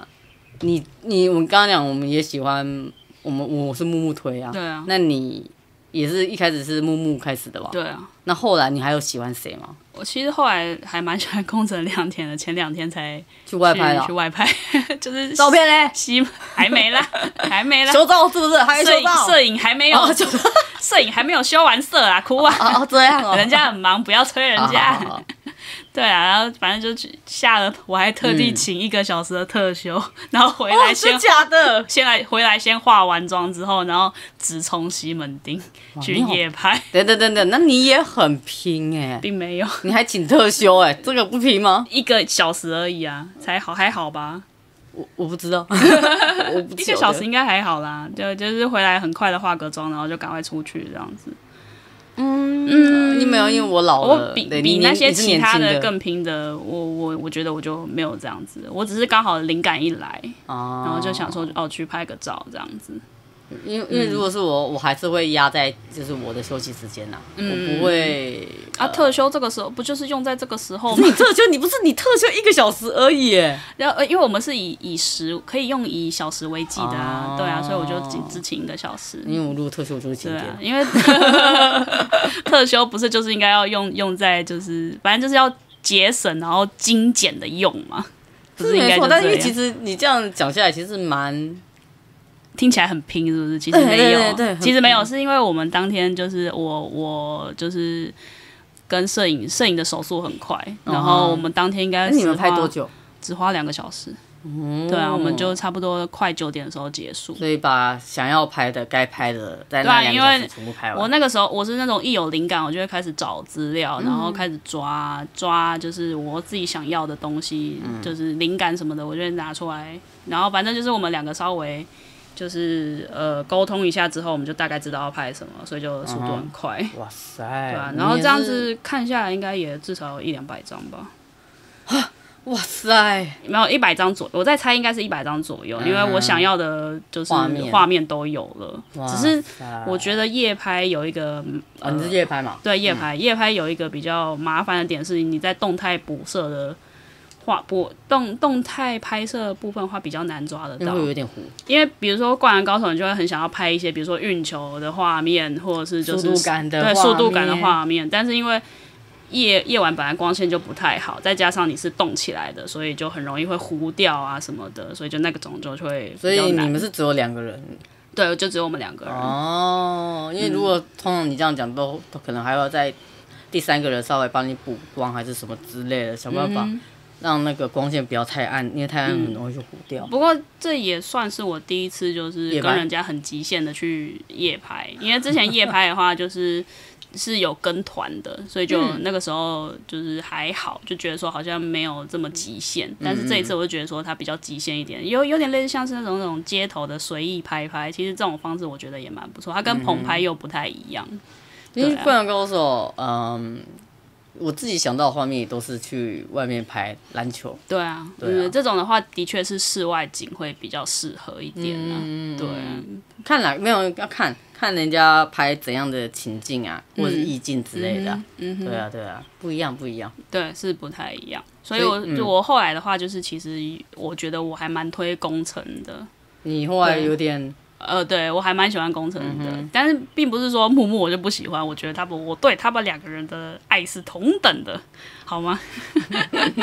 B: 你你我们刚刚讲我们也喜欢，我们我是木木推啊，
A: 对啊
B: 那你也是一开始是木木开始的吧？
A: 对啊。
B: 那后来你还有喜欢谁吗？
A: 我其实后来还蛮喜欢宫城良田的，前两天才
B: 去外拍
A: 去
B: 了，
A: 外拍， 就是
B: 照片嘞，
A: 西还没啦，还没啦，
B: 修照是不是？还有
A: 摄
B: 修
A: 影
B: 照？
A: 摄影还没有
B: 哦，修照
A: 摄影还没有修完色啊，哭啊！
B: 啊 哦，这哦样哦，
A: 人家很忙，不要催人
B: 好好好
A: 家。
B: 好
A: 对啊，然后反正就去下了，我还特地
B: 嗯
A: 请一个小时的特休，然后回来
B: 哦，
A: 先
B: 真假的？
A: 先来回来先化完妆之后，然后直冲西门町去
B: 你好
A: 夜拍，
B: 等等等等，那你也很拼哎、
A: 并没有
B: 你还请特休哎、这个不拼吗？
A: 一个小时而已啊，才好还好吧？
B: 我我不 知道，我不
A: 一
B: 记
A: 个
B: 得
A: 小时应该还好啦，就就是回来很快的化个妆，然后就赶快出去这样子。
B: 嗯，因为没有，因为我老
A: 我
B: 了，
A: 比
B: 对
A: 比
B: 你
A: 那
B: 年
A: 些
B: 你是
A: 其
B: 年
A: 他
B: 轻
A: 的
B: 的
A: 更拼的，我我我觉得我就没有这样子，我只是刚好灵感一来，
B: 哦
A: 然后就想说哦去拍个照这样子。
B: 因为因为如果是
A: 嗯
B: 我，我还是会压在就是我的休息时间呐、我不会。
A: 啊，特休这个时候不就是用在这个时候
B: 可
A: 吗
B: 是？你特休，你不是你特休一个小时而已耶，
A: 然后呃因为我们是以以时可以用以小时为计的啊，
B: 哦
A: 对啊，所以我就只只请一个小时。
B: 因为我如果特休我就是晴
A: 对
B: 天。
A: 啊，因为 特休不是就是应该要用用在就是反正就是要节省然后精简的用嘛，不是应
B: 没
A: 该
B: 错，
A: 就
B: 但
A: 这
B: 因为
A: 样
B: 其实你这样讲下来，其实蛮
A: 听起来很拼，是不 是？其实没有，
B: 对对对很
A: 其实没有，是因为我们当天就是我我就是跟摄影摄影的手速很快，然后我们当天应该
B: 哦那
A: 只
B: 你们拍
A: 花
B: 多？久？嗯哦
A: 只花两个小时。对啊，我们就差不多快九点的时候结束。
B: 所以把想要拍的、该拍的，在那
A: 对啊
B: 两个
A: 因为
B: 小时全部拍
A: 我
B: 完。
A: 那个时候我是那种一有灵感，我就会开始找资料，然后开始抓
B: 嗯
A: 抓，就是我自己想要的东西，就是灵感什么的，我就会拿出来。然后反正就是我们两个稍微就是呃沟通一下之后，我们就大概知道要拍什么，所以就速度很快。
B: 哇塞！
A: 对啊，
B: 嗯你
A: 然后
B: 也
A: 这样
B: 是，
A: 子看下来，应该也至少有一两百张吧，
B: 哇塞！
A: 没有一百张左右，我在猜应该是一百张左右，因为我想要的就是
B: 嗯画面
A: 画面都有了，只是我
B: 得
A: 觉得夜拍有一个，
B: 啊，你是夜拍嘛？
A: 对夜拍，夜拍有一个比较麻烦的点是你在动态补色的画播动动态拍摄的部分的话比较难抓得
B: 那
A: 到
B: 会，有点糊，
A: 因为比如说《灌篮高手》，你就会很想要拍一些，比如说运球的画面，或者是就
B: 速
A: 是
B: 度感的
A: 对速度感的
B: 面，
A: 画面，但是因为夜夜晚本来光线就不太好，再加上你是动起来的，所以就很容易会糊掉啊什么的，所以就那个种就会比
B: 所以
A: 较
B: 你
A: 难。
B: 们是只有两个人
A: 对，就只有我们两个人。
B: 哦，因为如果通常你这样讲，都都可能还要在第三个人稍微帮你补光还是什么之类的，想办法让那个光线不要太暗，因为太暗很容易就糊掉。
A: 不过这也算是我第一次，就是
B: 夜
A: 跟
B: 拍
A: 人家很极限的去夜拍，因为之前夜拍的话就是是有跟团的，所以就
B: 嗯
A: 那个时候就是还好，就觉得说好像没有这么极限。
B: 嗯
A: 但是这一次我就觉得说它比较极限一点，有有点类似像是那种那种街头的随意拍拍，其实这种方式我觉得也蛮不错，它跟棚
B: 嗯
A: 拍又不太一样。
B: 因为
A: 对啊
B: 《灌篮高手》，嗯，我自己想到的画面也都是去外面拍篮球，
A: 对啊，
B: 对啊
A: 嗯这种的话的确是室外景会比较适合一点啊。
B: 嗯
A: 对啊
B: 看来没有要看看人家拍怎样的情境啊，或者是意境之类的啊、
A: 嗯哼
B: 对啊，对啊，不一样，不一样。
A: 对，是不太一样。所以
B: 所以
A: 我，
B: 嗯
A: 就我后来的话，就是其实我觉得我还蛮推工程的，
B: 你后来
A: 对
B: 有点
A: 呃，对我还蛮喜欢工程
B: 嗯
A: 的，但是并不是说木木我就不喜欢，我觉得他们我对他们两个人的爱是同等的，好吗？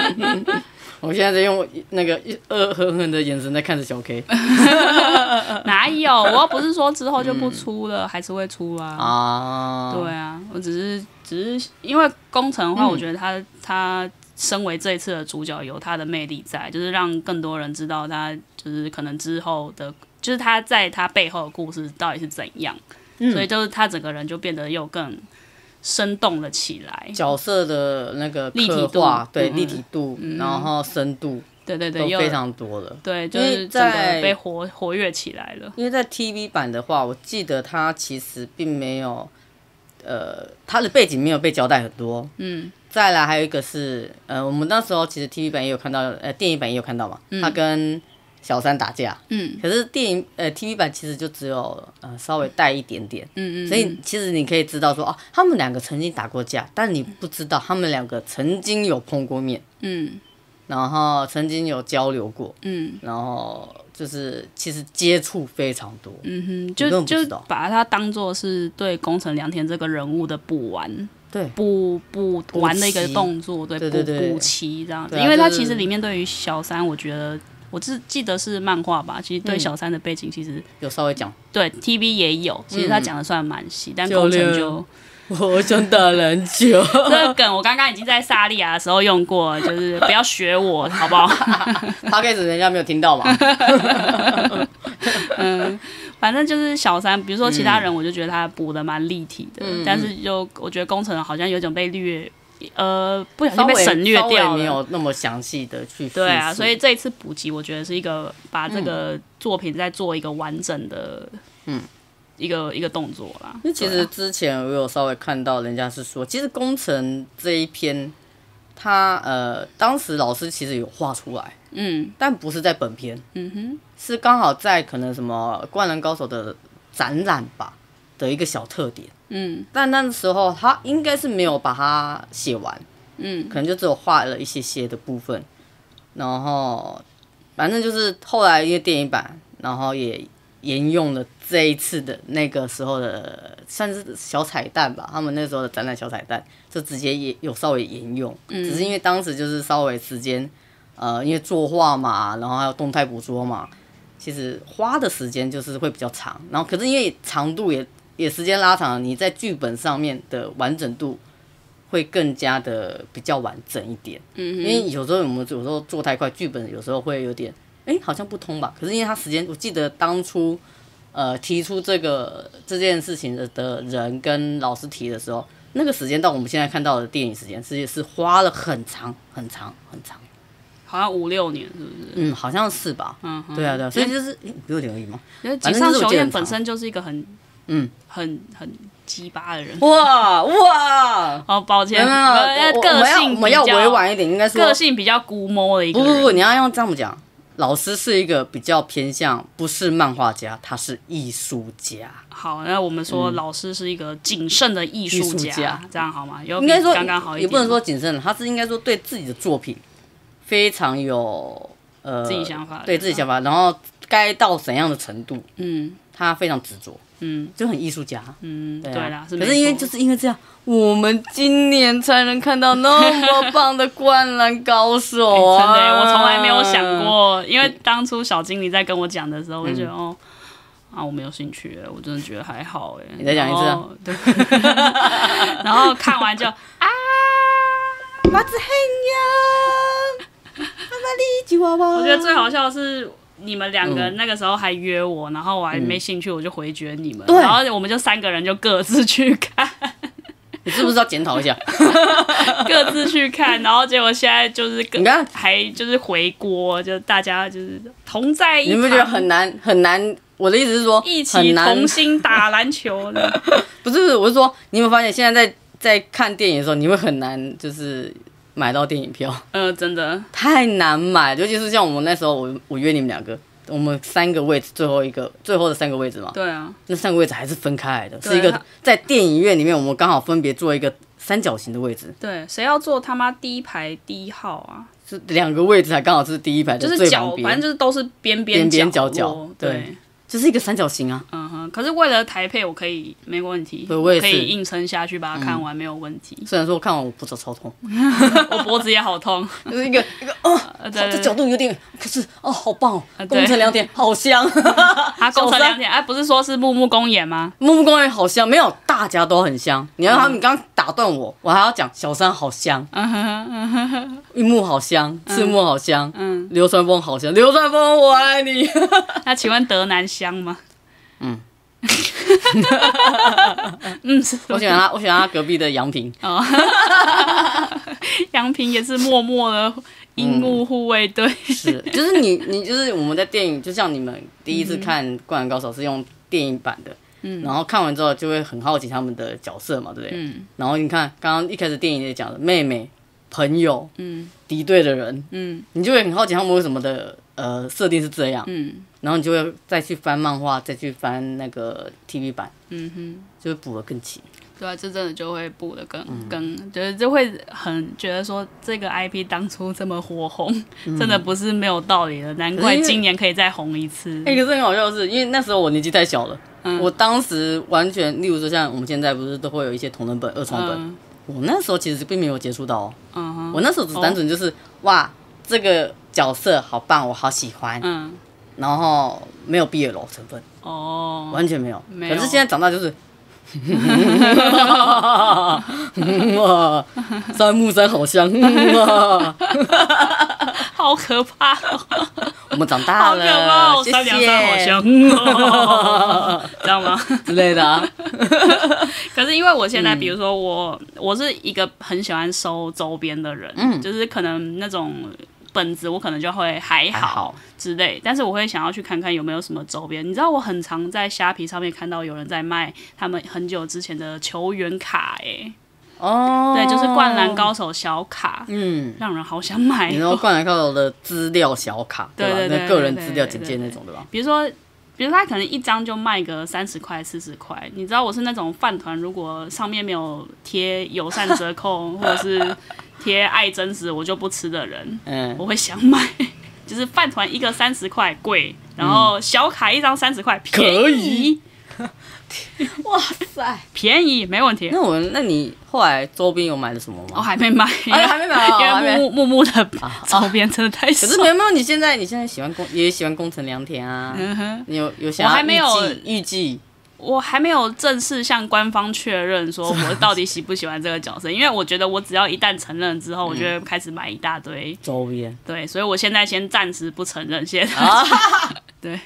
B: 我现在在用那个一恶狠狠的眼神在看着小 K
A: 哪有？我又不是说之后就
B: 嗯
A: 不出了，还是会出啊。
B: 啊，
A: 对啊，我只是只是因为工程
B: 嗯
A: 的话，我觉得他、他身为这一次的主角有他的魅力在，就是让更多人知道他就是可能之后的，就是他在他背后的故事到底是怎样，
B: 嗯
A: 所以就是他整个人就变得又更生动了起来。
B: 角色的那个
A: 立体
B: 刻
A: 度
B: 画，对
A: 嗯
B: 立体度，然后深度
A: 对对
B: 都
A: 对，又
B: 非常多了。
A: 对，就
B: 因
A: 是
B: 为
A: 整个
B: 在
A: 被活活跃起来了。
B: 因为在 TV 版的话，我记得它其实并没有，呃，它的背景没有被交代很多。
A: 嗯，
B: 再来还有一个是，呃，我们那时候其实 TV 版也有看到，呃，电影版也有看到嘛，他跟小三打架。
A: 嗯
B: 可是电影呃 TV 版其实就只有呃稍微带一点点，
A: 嗯嗯，
B: 所以其实你可以知道说哦，他们两个曾经打过架，但你不知道他们两个曾经有碰过面，
A: 嗯
B: 然后曾经有交流过，
A: 嗯
B: 然后就是其实接触非常多，
A: 嗯哼，
B: 根
A: 就
B: 本不知
A: 就
B: 道
A: 把它当做是对工程良田这个人物的补完。
B: 对，
A: 补补
B: 补
A: 完的一个
B: 齐
A: 动作，对
B: 对
A: 补
B: 对对
A: 补齐这样子。
B: 对啊
A: 因为他
B: 就是
A: 其实里面对于小三，我觉得我只记得是漫画吧，其实对小三的背景其实、
B: 有稍微讲，
A: 对 TV 也有，其实他讲的算蛮细，但
B: 教
A: 工程
B: 练
A: 就
B: 我想打篮 球，
A: 这个梗，我刚刚已经在萨莉亚的时候用过了，就是不要学我，好不好？
B: 他开始人家没有听 到嘛，
A: 反正就是小三，比如说其他
B: 嗯
A: 人，我就觉得他补的蛮立体的，但是就我觉得工程好像有种被略，呃，不小心
B: 稍
A: 被
B: 微
A: 省略
B: 稍微
A: 掉
B: 没
A: 了。
B: 有那么详细的去
A: 对啊，
B: 叙述
A: 所以这一次补集，我觉得是一个把这个
B: 嗯
A: 作品再做一个完整的，嗯，一个一个动作啦。
B: 因为其实之前我有稍微看到人家是说，其实工程这一篇，他呃当时老师其实有画出来，
A: 嗯
B: 但不是在本篇，
A: 嗯哼，
B: 是刚好在可能什么《灌篮高手》的展览吧的一个小特点。
A: 嗯
B: 但那时候他应该是没有把它写完，
A: 嗯
B: 可能就只有画了一些些的部分，然后反正就是后来因为电影版，然后也沿用了这一次的那个时候的算是小彩蛋吧，他们那时候的展览小彩蛋就直接也有稍微沿用，只是因为当时就是稍微时间，呃，因为作画嘛，然后还有动态捕捉嘛，其实花的时间就是会比较长，然后可是因为长度也也时间拉长了，你在剧本上面的完整度会更加的比较完整一点。嗯，因为有时候我们有时候做太快，剧本有时候会有点，哎、好像不通吧？可是因为它时间，我记得当初呃提出这个这件事情的的人跟老师提的时候，那个时间到我们现在看到的电影时间，其实是花了很长很长很长。
A: 好像五六年是不是？
B: 嗯，好像是吧？嗯，对啊，对啊，所以就是诶不用留意吗？
A: 因为井
B: 反正
A: 上
B: 就是我
A: 雄
B: 记得
A: 彦
B: 很
A: 本
B: 长
A: 身就是一个很嗯很很鸡巴的人。
B: 哇哇！
A: 哦，抱歉，
B: 没有没有
A: 呃
B: 我我
A: 个
B: 们要
A: 性
B: 我们要
A: 比较
B: 委婉一点，应该说
A: 个性比较孤摸的一个
B: 不
A: 人。
B: 不不，你要用这么讲，老师是一个比较偏向不是漫画家，他是艺术家，
A: 好，那我们说老师是一个谨慎的艺术
B: 嗯艺术家
A: 这样好吗？有
B: 应该说
A: 刚刚好一
B: 也
A: 点，
B: 不能说谨慎，他是应该说对自己的作品非常有呃
A: 自己想法的
B: 对自己想法，然后该到怎样的程度，
A: 嗯
B: 他非常执着，
A: 嗯
B: 就很艺术家。
A: 嗯，对
B: 啊
A: 啦，是
B: 可
A: 没
B: 是因为
A: 错
B: 就是因为这样，我们今年才能看到那么棒的《灌篮高手》
A: 哎真
B: 啊！
A: 的耶，我从来没有想。过，因为当初小经理在跟我讲的时候，我就觉得、
B: 嗯
A: 哦。啊，我没有兴趣耶，我真的觉得还好哎。
B: 你再讲一次啊
A: 然后对， 然后看完就啊，
B: 马子黑呀，啊妈妈力吉娃娃。
A: 我觉得最好笑的是你们两
B: 嗯
A: 个那个时候还约我，然后我还没兴趣，我就回绝你们。
B: 对
A: 然后我们就三个人就各自去看，
B: 你是不是要检讨一 下？
A: 各自去看，然后结果现在就是各
B: 你看
A: 还就是回锅，就大家就是同在一
B: 你
A: 堂，
B: 们觉得很难很难？我的意思是说，
A: 一起
B: 很难
A: 同心打篮球呢？
B: 不是不是，我是说，你有没有发现现在在在看电影的时候，你会很难就是买到电影票，
A: 呃，真的，
B: 太难买，尤其是像我们那时候，我我约你们两个，我们三个位置最后一个最后的三个位置嘛，
A: 对啊，
B: 那三个位置还是分开来的，
A: 对啊
B: 是一个
A: 它
B: 在电影院里面，我们刚好分别坐一个三角形的位置，
A: 对，谁要坐他妈第一排第一号啊？
B: 是两个位置还刚好是第一排的
A: 就
B: 最
A: 是角，
B: 旁
A: 反
B: 边
A: 正，就是都是边
B: 边边
A: 角
B: 角
A: 落
B: 角
A: 对
B: 对，就是一个三角形啊，
A: 嗯哼。可是为了台配，我可以没问题，
B: 对我也是嗯
A: 可以硬撑下去把它看完，没有问题。
B: 虽然说我看完我脖子超痛，
A: 我脖子也好 痛，
B: 就是一个一个哦，
A: 呃对
B: 这
A: 对
B: 角
A: 对，
B: 度有点，可是哦好棒哦，
A: 对
B: 工程两点好香。
A: 他工程
B: 小三
A: 两点，哎，不是说是木木公演吗？
B: 木木公园好香，没有，大家都很香。你要他们刚刚打断我，我还要讲小三好香，玉木好香，赤木好香，
A: 嗯，
B: 流川枫好香，流川枫我爱你。
A: 那请问德南香吗？嗯， 嗯，是
B: 我喜欢他，我喜欢他隔壁的杨平，
A: 哦，杨平也是默默的樱木护卫队，
B: 是，就是你，你就是我们在电影，就像你们第
A: 嗯
B: 一次看《灌篮高手》是用电影版的。嗯，然后看完之后就会很好奇他们的角色嘛，对不对？嗯。然后你看，刚刚一开始电影也讲了，妹妹、朋友、
A: 嗯
B: 敌对的人，
A: 嗯
B: 你就会很好奇他们为什么的呃设定是这样。
A: 嗯
B: 然后你就会再去翻漫画，再去翻那个 TV 版，
A: 嗯哼，
B: 就会补得更勤。
A: 对啊，这真的就会补的更
B: 嗯
A: 更，就是就会很觉得说这个 IP 当初这么火红，真的不是没有道理的，难
B: 嗯可是
A: 怪
B: 因为
A: 今年可以再红一次。
B: 哎、可是很好笑的是，因为那时候我年纪太小了，
A: 嗯
B: 我当时完全，例如说像我们现在不是都会有一些同人本、二创本，
A: 嗯
B: 我那时候其实并没有接触到、哦，
A: 嗯哼
B: 我那时候只单纯就是、哇，这个角色好棒，我好喜欢，
A: 嗯
B: 然后没有 BL 成分，
A: 哦，
B: 完全没有。
A: 没有
B: 可是现在长 大就是。 三木三好香，
A: 好可怕哦，
B: 我们长大
A: 好
B: 了，
A: 可怕哦，
B: 谢
A: 三
B: 谢
A: 两三好香，哦 知道吗？
B: 之类的啊。
A: 可是因为我现
B: 嗯
A: 在，比如说我，我是一个很喜欢收周边的人，
B: 嗯
A: 就是可能那种本子我可能就会还
B: 还
A: 好
B: 好，
A: 之类，但是我会想要去看看有没有什么周边。你知道我很常在虾皮上面看到有人在卖他们很久之前的球员卡、欸，
B: 哦，
A: 对，就是《灌篮，高手》小卡，
B: 嗯，
A: 让人好想买
B: 你
A: 哦、
B: 说灌篮高手的资料小卡，吧？
A: 对对对
B: 那个人
A: 对
B: 资料
A: 对
B: 简介那种，对吧？
A: 比如说。比如说他可能一张就卖个三十块、四十块，你知道我是那种饭团，如果上面没有贴友善折扣或者是贴爱真实，我就不吃的人，
B: 嗯，
A: 我会想买。 就是饭团一个三十块贵，然后小卡一张三十块
B: 嗯可
A: 便宜
B: 以，哇塞！
A: 便宜没问题。
B: 那我，那你后来周边有买了什么
A: 我
B: 吗？
A: 还没买， 因
B: 哎，还没买哦，还
A: 为
B: 没。
A: 木木木木的周边真的太
B: 可
A: 少
B: 是。没有没有，你现在你现在喜欢工也喜欢工程良田啊？你有有想
A: 嗯
B: 要
A: 我还没有
B: 预计预计
A: 我还没有正式向官方确认说我到底喜不喜欢这个角色，因为我觉得我只要一旦承认之后，我就会开始买一大堆。
B: 周 边
A: 对，所以我现在先暂时不承认，先。
B: 啊？
A: 对，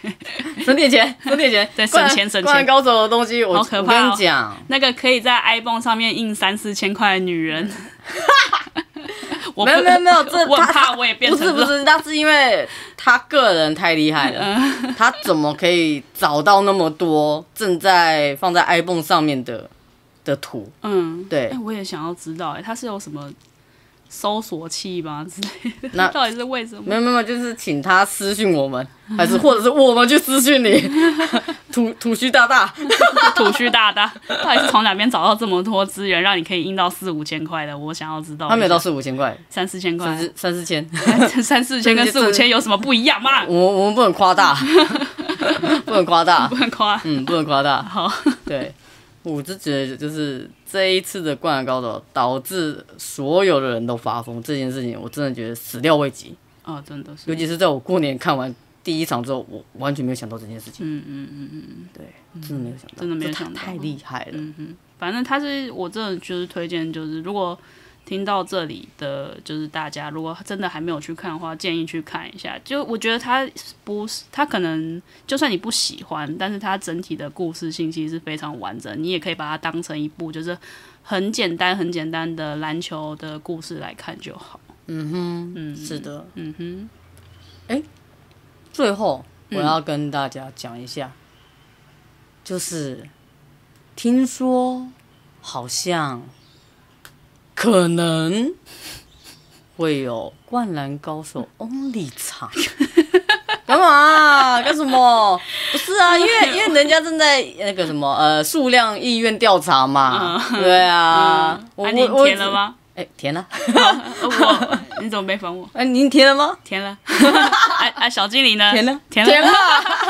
B: 省点钱，省点钱，
A: 对
B: 灌篮
A: 省钱省钱
B: 灌篮高手的东西，我
A: 好可怕哦
B: 我跟你讲，
A: 那个可以在 iPhone 上面印三四千块的女人， 我
B: 没有没有没有，这
A: 我很
B: 他
A: 怕我也变
B: 不
A: 成
B: 是不
A: 这种
B: 是，那是因为他个人太厉害
A: 嗯
B: 了，他怎么可以找到那么多正在放在 iPhone 上面的的图？
A: 嗯，
B: 对
A: 哎，我也想要知道，哎，它是有什么搜索器吧之类的。
B: 那
A: 到底是为什么？
B: 没有没有，就是请他私讯我们，还是或者是我们去私讯 你，土土须大大，
A: 土虚大大，到底是从哪边找到这么多资源，让你可以印到四五千块的？我想要知道一下。
B: 他没有到四五千块，
A: 三四千
B: 三
A: 块，
B: 四三四千，
A: 三四千跟四五千有什么不一样吗？
B: 我们我们不能夸 大，不能夸大
A: 不，能夸。
B: 嗯，不能夸大。
A: 好，
B: 对，我是觉得就是这一次的《灌篮高手》导致所有的人都发疯这件事情，我真的觉得始料未及。
A: 哦，真的
B: 尤
A: 是，
B: 其是在我过年看完第一场之后，我完全没有想到这件事情。嗯嗯嗯嗯嗯，对，真的没有想到，
A: 真的没有
B: 这太
A: 想到
B: 太厉害了。
A: 反正他是我真的就是推荐，就是如果听到这里的，就是大家如果真的还没有去看的话，建议去看一下。就我觉得他不是，他可能就算你不喜欢，但是他整体的故事信息是非常完整，你也可以把它当成一部就是很简单、很简单的篮球的故事来看就好。
B: 是的，嗯哼。哎、最后我要跟大家讲一下，就是听说好像可能会有《灌篮高手》Only 场。干嘛啊、干什么？不是啊，因为 因为人家正在那个什么呃数量意愿调查嘛，对啊，我
A: 嗯啊、你
B: 我我
A: 填了？吗？
B: 哎、填了，
A: 呃我，你怎么没 烦我？
B: 哎、您填了吗？
A: 填了。 啊啊，小精灵呢？
B: 填了，
A: 填
B: 填
A: 了。
B: 了。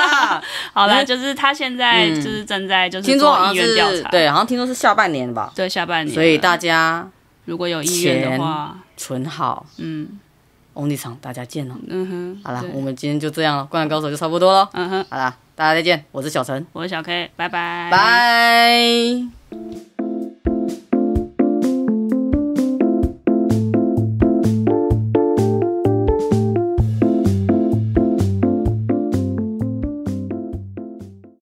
A: 好了，就是他现在就是正在就是
B: 听说好
A: 做
B: 像
A: 意愿调
B: 是
A: 查，
B: 对，好像听说是下半年吧，
A: 对，下半年了。
B: 所以大家
A: 如果有意愿的话，
B: 存好
A: 嗯
B: Only 场，大家见了。
A: 嗯哼，
B: 好啦，
A: 对
B: 我们今天就这样了，《灌篮高手》就差不多了。
A: 嗯哼，
B: 好啦，大家再见，我是小陈，
A: 我是小 K，拜拜，
B: 拜。